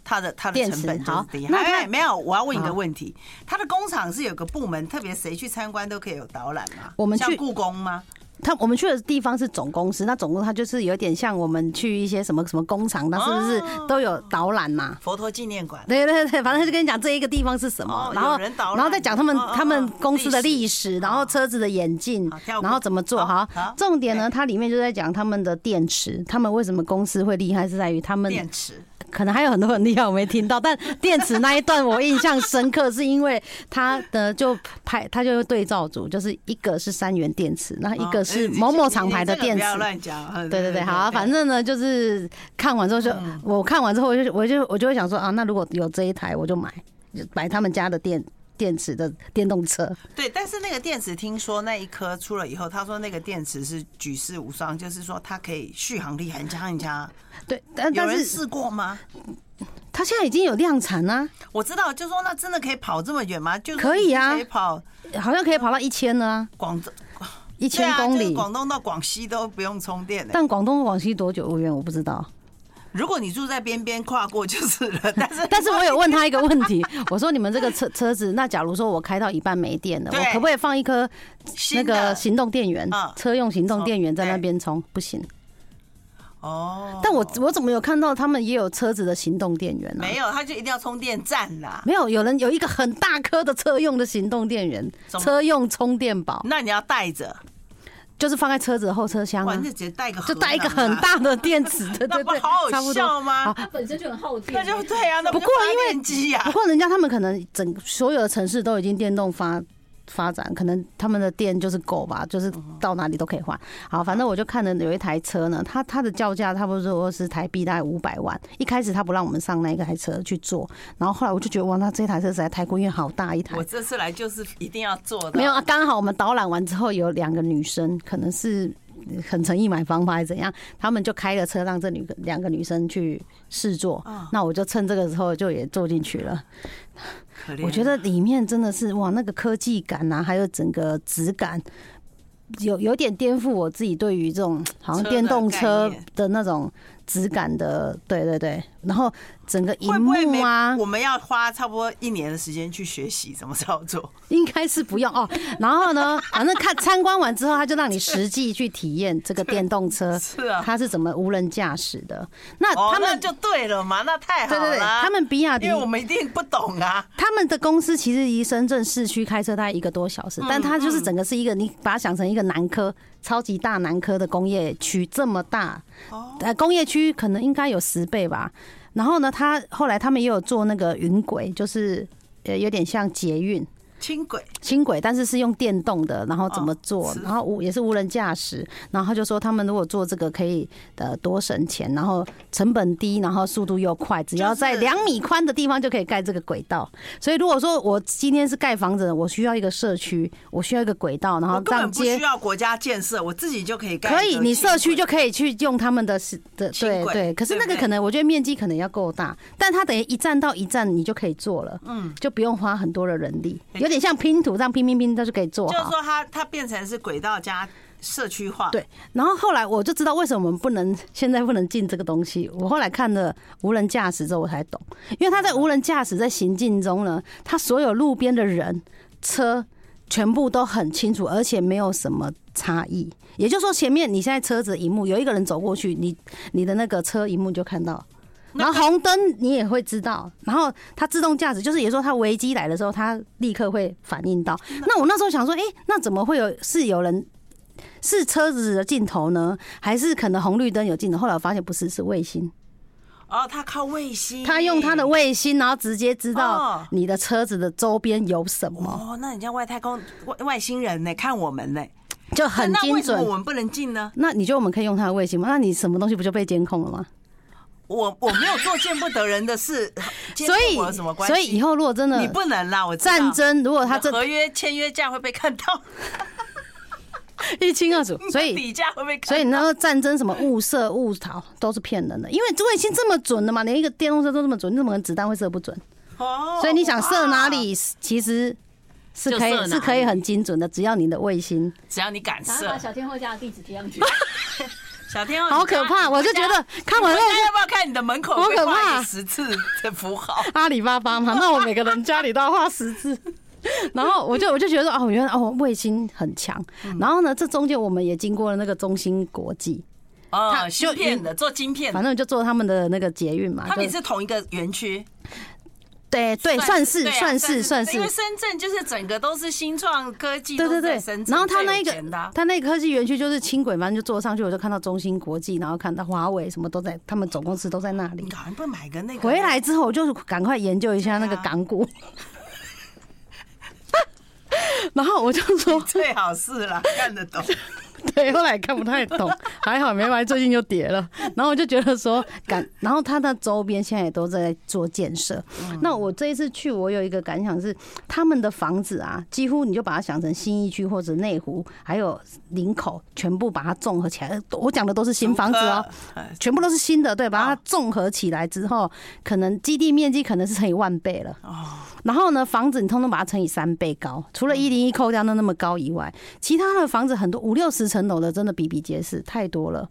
[SPEAKER 1] 它的它的
[SPEAKER 2] 电
[SPEAKER 1] 成
[SPEAKER 2] 池
[SPEAKER 1] 本就是
[SPEAKER 2] 好
[SPEAKER 1] 低，
[SPEAKER 2] 那它
[SPEAKER 1] 还没有。我要问一个
[SPEAKER 2] 好
[SPEAKER 1] 问题：它的工厂是有个部门，特别谁去参观都可以有导览吗？
[SPEAKER 2] 我们
[SPEAKER 1] 像
[SPEAKER 2] 去
[SPEAKER 1] 故宫吗？
[SPEAKER 2] 他我们去的地方是总公司，那总公司它就是有点像我们去一些什么什么工厂，它是不
[SPEAKER 1] 哦
[SPEAKER 2] 是都有导览嘛？
[SPEAKER 1] 佛陀纪念馆？
[SPEAKER 2] 对对对，反正就跟你讲这一个地方是什
[SPEAKER 1] 哦
[SPEAKER 2] 么，然后
[SPEAKER 1] 有人导览
[SPEAKER 2] 然后再讲他们
[SPEAKER 1] 哦哦哦
[SPEAKER 2] 他们公司的
[SPEAKER 1] 历
[SPEAKER 2] 历史，然后车子的演进
[SPEAKER 1] 好跳，过
[SPEAKER 2] 然后怎么做
[SPEAKER 1] 好
[SPEAKER 2] 哈
[SPEAKER 1] 好。哎
[SPEAKER 2] 重点呢，
[SPEAKER 1] 对
[SPEAKER 2] 它里面就在讲他们的电池，他们为什么公司会厉害，是在于他们
[SPEAKER 1] 电池
[SPEAKER 2] 可能还有很多很厉害我没听到，
[SPEAKER 1] *laughs*
[SPEAKER 2] 但电池那一段我印象深刻，是因为它的就拍它就有对照组，就是一个是三元电池，那一个是
[SPEAKER 1] 哦
[SPEAKER 2] 某某厂牌的
[SPEAKER 1] 你这个
[SPEAKER 2] 电
[SPEAKER 1] 不要
[SPEAKER 2] 池。
[SPEAKER 1] 乱讲。嗯
[SPEAKER 2] 对对对，好、啊，反正呢，就是看完之后就，我看完之后，我就我就我就会想说啊，那如果有这一台，我就买，就买他们家的电电池的电动车。
[SPEAKER 1] 对，但是那个电池，听说那一颗出了以后，他说那个电池是举世无双，就是说它可以续航力很强很强。
[SPEAKER 2] 对，但
[SPEAKER 1] 有
[SPEAKER 2] 但
[SPEAKER 1] 人
[SPEAKER 2] 是
[SPEAKER 1] 试过吗？
[SPEAKER 2] 它现在已经有量产啊啦、
[SPEAKER 1] 我知道，就说那真的可以跑这么远吗？就是
[SPEAKER 2] 可以啊
[SPEAKER 1] 可以跑
[SPEAKER 2] 好像可以跑到一千呢、啊，
[SPEAKER 1] 广州
[SPEAKER 2] 一
[SPEAKER 1] 对
[SPEAKER 2] 千
[SPEAKER 1] 啊
[SPEAKER 2] 公
[SPEAKER 1] 就是
[SPEAKER 2] 里。
[SPEAKER 1] 广东到广西都不用充电的、
[SPEAKER 2] 但广东广西多久无缘我不知道，
[SPEAKER 1] 如果你住在边边，跨过就是了。但是
[SPEAKER 2] 但是我有问他一个问
[SPEAKER 1] *laughs*
[SPEAKER 2] 题，我说你们这个车车子，那假如说我开到一半没电了，
[SPEAKER 1] 对
[SPEAKER 2] 我可不可以放一颗那
[SPEAKER 1] 新
[SPEAKER 2] 个
[SPEAKER 1] 的
[SPEAKER 2] 行动电源
[SPEAKER 1] 嗯，
[SPEAKER 2] 车用行动电源在那
[SPEAKER 1] 对
[SPEAKER 2] 边充？不行，
[SPEAKER 1] 哦，
[SPEAKER 2] 但我我怎么有看到他们也有车子的行动电源呢、
[SPEAKER 1] 没有，他就一定要充电站啦。
[SPEAKER 2] 没有，有人有一个很大颗的车用的行动电源，
[SPEAKER 1] 怎么
[SPEAKER 2] 车用充电宝，
[SPEAKER 1] 那你要带着，
[SPEAKER 2] 就是放在车子的后车厢
[SPEAKER 1] 哇，
[SPEAKER 2] 啊
[SPEAKER 1] 你，就直接带一个啊
[SPEAKER 2] 就
[SPEAKER 1] 盒
[SPEAKER 2] 带一个
[SPEAKER 1] 囊啦
[SPEAKER 2] 很，大的电池，对
[SPEAKER 1] *laughs* 那
[SPEAKER 2] 对
[SPEAKER 1] 不
[SPEAKER 2] 对，
[SPEAKER 1] 好
[SPEAKER 2] 差
[SPEAKER 1] 好
[SPEAKER 2] 不多。
[SPEAKER 1] 笑吗？
[SPEAKER 4] 它本身就很耗电，
[SPEAKER 1] 那就对啊，那
[SPEAKER 2] 不
[SPEAKER 1] 就
[SPEAKER 2] 过
[SPEAKER 1] 发
[SPEAKER 2] 因为
[SPEAKER 1] 电机呀
[SPEAKER 2] *laughs* 不，过人家他们可能整所有的城市都已经电动发发展，可能他们的电就是够吧，就是到哪里都可以换。好，反正我就看了有一台车呢，它它的叫价差不多是台币大概五百万。一开始他不让我们上那个台车去坐，然后后来我就觉得哇，那这台车实在太贵，因为好大一台
[SPEAKER 1] 我。这次来就是一定要做的，
[SPEAKER 2] 没有啊，刚好我们导览完之后，有两个女生，可能是很诚意买方法还是怎样，他们就开了车让这女两个女生去试坐。那我就趁这个时候就也坐进去了。
[SPEAKER 1] 可怜。
[SPEAKER 2] 我觉得里面真的是哇，那个科技感啊，还有整个质感，有有点颠覆我自己对于这种好
[SPEAKER 1] 车
[SPEAKER 2] 像
[SPEAKER 1] 的
[SPEAKER 2] 电动
[SPEAKER 1] 概
[SPEAKER 2] 车
[SPEAKER 1] 念
[SPEAKER 2] 的那种质感的，对对对。然后整个荧
[SPEAKER 1] 会不会
[SPEAKER 2] 幕
[SPEAKER 1] 没
[SPEAKER 2] 啊，
[SPEAKER 1] 我们要花差不多一年的时间去学习怎么操作。
[SPEAKER 2] 应该是不用哦。然
[SPEAKER 1] *laughs*
[SPEAKER 2] 后呢，反正看参观完之后，他就让你实际去体验这个电动车，
[SPEAKER 1] 是啊
[SPEAKER 2] 它是怎么无人驾驶的。那
[SPEAKER 1] 哦，
[SPEAKER 2] *laughs* 他
[SPEAKER 1] 那
[SPEAKER 2] 们
[SPEAKER 1] 就对了嘛，那太好
[SPEAKER 2] 对
[SPEAKER 1] 了。
[SPEAKER 2] 对对，他们比亚迪
[SPEAKER 1] 因为我们一定不懂啊，
[SPEAKER 2] 他们的公司其实离深圳市区开车大概一个多小时，但它就是整个是一个，你把它想成一个南科超级大南科的工业区，这么大，呃，工业区可能应该有十倍吧。然后呢，他后来他们也有做那个云轨，就是呃有点像捷运
[SPEAKER 1] 轻轨
[SPEAKER 2] 轻轨，但是是用电动的，然后怎么
[SPEAKER 1] 哦
[SPEAKER 2] 做
[SPEAKER 1] 是，
[SPEAKER 2] 然后无也是无人驾驶，然后他就说他们如果做这个可以呃多省钱，然后成本低，然后速度又快，只要在
[SPEAKER 1] 就是
[SPEAKER 2] 两米宽的地方就可以盖这个轨道。所以如果说我今天是盖房子的，我需要一个社区，我需要一个轨道，然
[SPEAKER 1] 我
[SPEAKER 2] 后
[SPEAKER 1] 根本
[SPEAKER 2] 让
[SPEAKER 1] 不
[SPEAKER 2] 哦街
[SPEAKER 1] 需要国家建设，我自己就可以盖一个
[SPEAKER 2] 可
[SPEAKER 1] 轻轨。
[SPEAKER 2] 以，你社区就可以去用他们的是的，
[SPEAKER 1] 轻
[SPEAKER 2] 对
[SPEAKER 1] 轨
[SPEAKER 2] 对。可是那
[SPEAKER 1] 对
[SPEAKER 2] 个
[SPEAKER 1] 不对
[SPEAKER 2] 可能我觉得面积可能要够大，但它等于一站到一站你就可以做了，嗯，就不用花很多的人力，有点像拼图这样拼拼拼，它就可以做好。
[SPEAKER 1] 就是说它它变成是轨道加社区化。
[SPEAKER 2] 对，然后后来我就知道为什么我们不能现在不能进这个东西。我后来看了无人驾驶之后，我才懂，因为他在无人驾驶在行进中呢，他所有路边的人、车全部都很清楚，而且没有什么差异。也就是说，前面你现在车子荧幕有一个人走过去，你你的那个车荧幕就看到。然后红灯你也会知道，然后它自动驾驶就是也说它危机来的时候，它立刻会反应到。那我那时候想说，诶，那怎么会有是有人是车子的镜头呢，还是可能红绿灯有镜头？后来我发现不是，是卫星，
[SPEAKER 1] 哦，它靠卫星，
[SPEAKER 2] 他用他的卫星，然后直接知
[SPEAKER 1] 哦
[SPEAKER 2] 道你的车子的周边有什么。
[SPEAKER 1] 哦，那人家外太空外外星人呢，看我们呢，
[SPEAKER 2] 就很
[SPEAKER 1] 那
[SPEAKER 2] 精
[SPEAKER 1] 为什么
[SPEAKER 2] 准。
[SPEAKER 1] 我们不能进呢？
[SPEAKER 2] 那你觉得我们可以用他的卫星吗？那你什么东西不就被监控了吗？
[SPEAKER 1] 我我没有做见不得人的事，监
[SPEAKER 2] *laughs* 所
[SPEAKER 1] 控
[SPEAKER 2] 以
[SPEAKER 1] 我有什么关系？
[SPEAKER 2] 所以以后如果真的
[SPEAKER 1] 你不能啦，我知道
[SPEAKER 2] 战争，如果他
[SPEAKER 1] 你的
[SPEAKER 2] 真
[SPEAKER 1] 合约签约价会被看到，
[SPEAKER 2] *laughs* 一清二楚， *laughs* 所以
[SPEAKER 1] 底价会被看
[SPEAKER 2] 所以你那个战争什么误射误逃都是骗人的，因为卫星这么准的嘛，连一个电动车都这么准，你怎么可能子弹会射不准？
[SPEAKER 1] 哦。
[SPEAKER 2] *laughs* 所以你想射哪
[SPEAKER 1] 哇？
[SPEAKER 2] 里，其实是
[SPEAKER 4] 就
[SPEAKER 2] 可
[SPEAKER 4] 射
[SPEAKER 2] 以
[SPEAKER 4] 哪
[SPEAKER 2] 是可以
[SPEAKER 4] 里
[SPEAKER 2] 很精准的，只要你的卫星。
[SPEAKER 1] 只要你敢
[SPEAKER 5] 然后把
[SPEAKER 1] 射，
[SPEAKER 5] 小天后家的地址贴上去，
[SPEAKER 1] 小天后
[SPEAKER 2] 好可怕！我就觉得看完
[SPEAKER 1] 我
[SPEAKER 2] 了
[SPEAKER 1] 现在要不要看你的门口
[SPEAKER 2] 好
[SPEAKER 1] 被
[SPEAKER 2] 可
[SPEAKER 1] 画一
[SPEAKER 2] 怕
[SPEAKER 1] 个十字的符
[SPEAKER 2] *laughs*
[SPEAKER 1] 号？
[SPEAKER 2] 阿里巴巴嘛，那我每个人家里都要画十字。 *laughs* 然后我就我就觉得哦，原来哦卫星很强。
[SPEAKER 1] 嗯
[SPEAKER 2] 然后呢，这中间我们也经过了那个中芯国际，他
[SPEAKER 1] 哦，
[SPEAKER 2] 就
[SPEAKER 1] 芯片的做晶片的
[SPEAKER 2] 反，正就做他们的那个捷运嘛。
[SPEAKER 1] 嗯他们也
[SPEAKER 2] 就是
[SPEAKER 1] 同一个园区，
[SPEAKER 2] 对对，哎算是
[SPEAKER 1] 对啊
[SPEAKER 2] 算是算是
[SPEAKER 1] 因为。深圳就是整个都是新创科技，
[SPEAKER 2] 对对
[SPEAKER 1] 都在
[SPEAKER 2] 对
[SPEAKER 1] 深，圳
[SPEAKER 2] 然后他
[SPEAKER 1] 最有
[SPEAKER 2] 那一个
[SPEAKER 1] 钱的啊
[SPEAKER 2] 他那个科技园区就是轻轨，反正就坐上去，我就看到中芯国际，然后看到华为什么都在，他们总公司都在那里
[SPEAKER 1] 你。赶快不买个那个
[SPEAKER 2] 回来之后，我就赶快研究一下那个
[SPEAKER 1] 对啊
[SPEAKER 2] 港股， *laughs* 然后我就
[SPEAKER 1] *laughs*
[SPEAKER 2] 说，
[SPEAKER 1] 最好是啦，看得懂。
[SPEAKER 2] 对，后来看不太懂，还好没买，最近就跌了。然后我就觉得说，感，然后它的周边现在也都在做建设。
[SPEAKER 1] 嗯
[SPEAKER 2] 那我这一次去，我有一个感想是，他们的房子啊，几乎你就把它想成新义区或者内湖，还有林口，全部把它综合起来。我讲的都是新房子哦、
[SPEAKER 1] 哎
[SPEAKER 2] 全部都是新的，对，把
[SPEAKER 1] 哦
[SPEAKER 2] 它综合起来之后，可能基地面积可能是乘以万倍了。
[SPEAKER 1] 哦
[SPEAKER 2] 然后呢，房子你通通把它乘以三倍高，除
[SPEAKER 1] 嗯
[SPEAKER 2] 了一零一扣掉那那么高以外，其他的房子很多五六十层楼的真的比比皆是，太多了。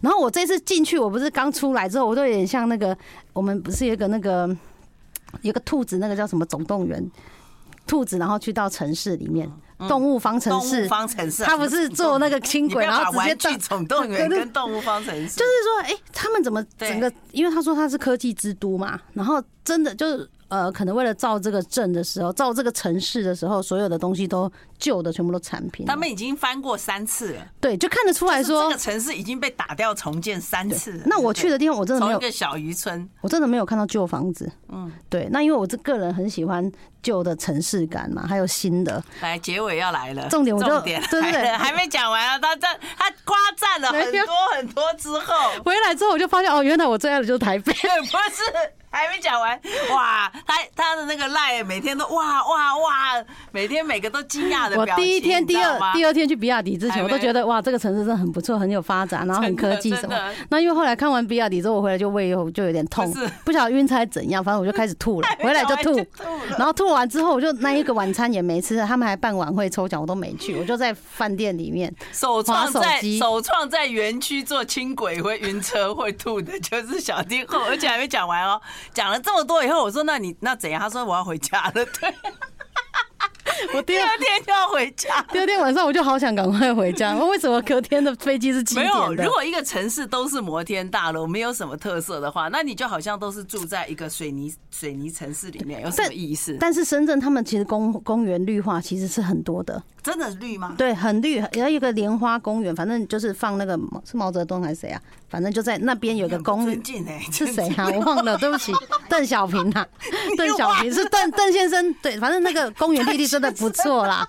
[SPEAKER 2] 然后我这次进去，我不是刚出来之后，我都有点像那个我们不是有一个那个有个兔子，那个叫什么总动员兔子，然后去到城市里面，动物方程
[SPEAKER 1] 嗯动物
[SPEAKER 2] 式，
[SPEAKER 1] 方程式啊，
[SPEAKER 2] 他不是坐那个轻
[SPEAKER 1] 你不
[SPEAKER 2] 轨，
[SPEAKER 1] 要
[SPEAKER 2] 然
[SPEAKER 1] 把
[SPEAKER 2] 后直接
[SPEAKER 1] 玩具
[SPEAKER 2] 到
[SPEAKER 1] 总动员
[SPEAKER 2] 对对
[SPEAKER 1] 跟动物方程式，
[SPEAKER 2] 就
[SPEAKER 1] 就是
[SPEAKER 2] 说，哎、他们怎么
[SPEAKER 1] 对
[SPEAKER 2] 整个？因为他说他是科技之都嘛，然后真的就是呃，可能为了造这个镇的时候，造这个城市的时候，所有的东西都旧的全部都产品了，
[SPEAKER 1] 他们已经翻过三次了。
[SPEAKER 2] 对就看得出来
[SPEAKER 1] 就是
[SPEAKER 2] 哎说
[SPEAKER 1] 这个，城市已经被打掉重建三次了。
[SPEAKER 2] 那我去的地方我真的没
[SPEAKER 1] 从一
[SPEAKER 2] 有，
[SPEAKER 1] 个小渔村，
[SPEAKER 2] 我真的没有看到旧房子。嗯，对，那因为我这个人很喜欢旧的城市感嘛，还有新的，
[SPEAKER 1] 来结尾要来了，
[SPEAKER 2] 重点我就
[SPEAKER 1] 重点
[SPEAKER 2] 对对对
[SPEAKER 1] 来了 *laughs* 还没讲完啊，他这他夸赞了很
[SPEAKER 2] 没有
[SPEAKER 1] 多很多之后，
[SPEAKER 2] 回来之后我就发现哦，原来我最爱的就是台北。
[SPEAKER 1] 对， *laughs* 不是，还没讲完。哇，他他的那个赖每天都哇哇哇，每天每个都惊讶的
[SPEAKER 2] 我
[SPEAKER 1] 表情。
[SPEAKER 2] 第一天、
[SPEAKER 1] 你知
[SPEAKER 2] 第
[SPEAKER 1] 道
[SPEAKER 2] 二
[SPEAKER 1] 吗
[SPEAKER 2] 第二天去比亚迪之
[SPEAKER 1] 还
[SPEAKER 2] 前，
[SPEAKER 1] 没
[SPEAKER 2] 我都觉得哇，这个城市真的很不错，很有发展，然后很科
[SPEAKER 1] 真
[SPEAKER 2] 技
[SPEAKER 1] 的
[SPEAKER 2] 什
[SPEAKER 1] 真
[SPEAKER 2] 么
[SPEAKER 1] 的。
[SPEAKER 2] 那因为后来看完比亚迪之后，我回来就胃又就有点痛
[SPEAKER 1] 不是，
[SPEAKER 2] 不晓得晕车还是怎样，反正我就开始吐了，回来就
[SPEAKER 1] *laughs* 还没讲
[SPEAKER 2] 吐
[SPEAKER 1] 完。就吐了
[SPEAKER 2] 然后吐完之后，我就那一个晚餐也没吃，他们还办晚会抽奖，我都没去，我就在饭店
[SPEAKER 1] *laughs*
[SPEAKER 2] 里面。
[SPEAKER 1] 首创
[SPEAKER 2] 滑手
[SPEAKER 1] 在
[SPEAKER 2] 机
[SPEAKER 1] 首创在园区坐轻轨会晕车会吐的，就是小天后，而且还没讲完哦。讲了这么多以后，我说那你那怎样？他说我要回家了。
[SPEAKER 2] 啊
[SPEAKER 1] 对，
[SPEAKER 2] 我第
[SPEAKER 1] 第
[SPEAKER 2] 二
[SPEAKER 1] 二天就要回家。
[SPEAKER 2] 第二天晚上我就好想赶快回家，为什么隔天的飞机是七
[SPEAKER 1] 没
[SPEAKER 2] 点
[SPEAKER 1] 有，
[SPEAKER 2] 的
[SPEAKER 1] 如？果一个城市都是摩天大楼，没有什么特色的话，那你就好像都是住在一个水泥水泥城市里面，有什么意思？
[SPEAKER 2] 但是深圳他们其实公公园绿化其实是很多的，
[SPEAKER 1] 真的绿吗？
[SPEAKER 2] 对，很绿，然后有一个莲花公园，反正就是放那个毛是毛泽东还是谁啊？反正就在那边有一个
[SPEAKER 1] 很不
[SPEAKER 2] 公
[SPEAKER 1] 尊，
[SPEAKER 2] 园
[SPEAKER 1] 敬哎、
[SPEAKER 2] 是谁啊？我忘了，对不起，邓小平啊，邓小平是邓邓先生，对，反正那个公园绿地真的不错啦。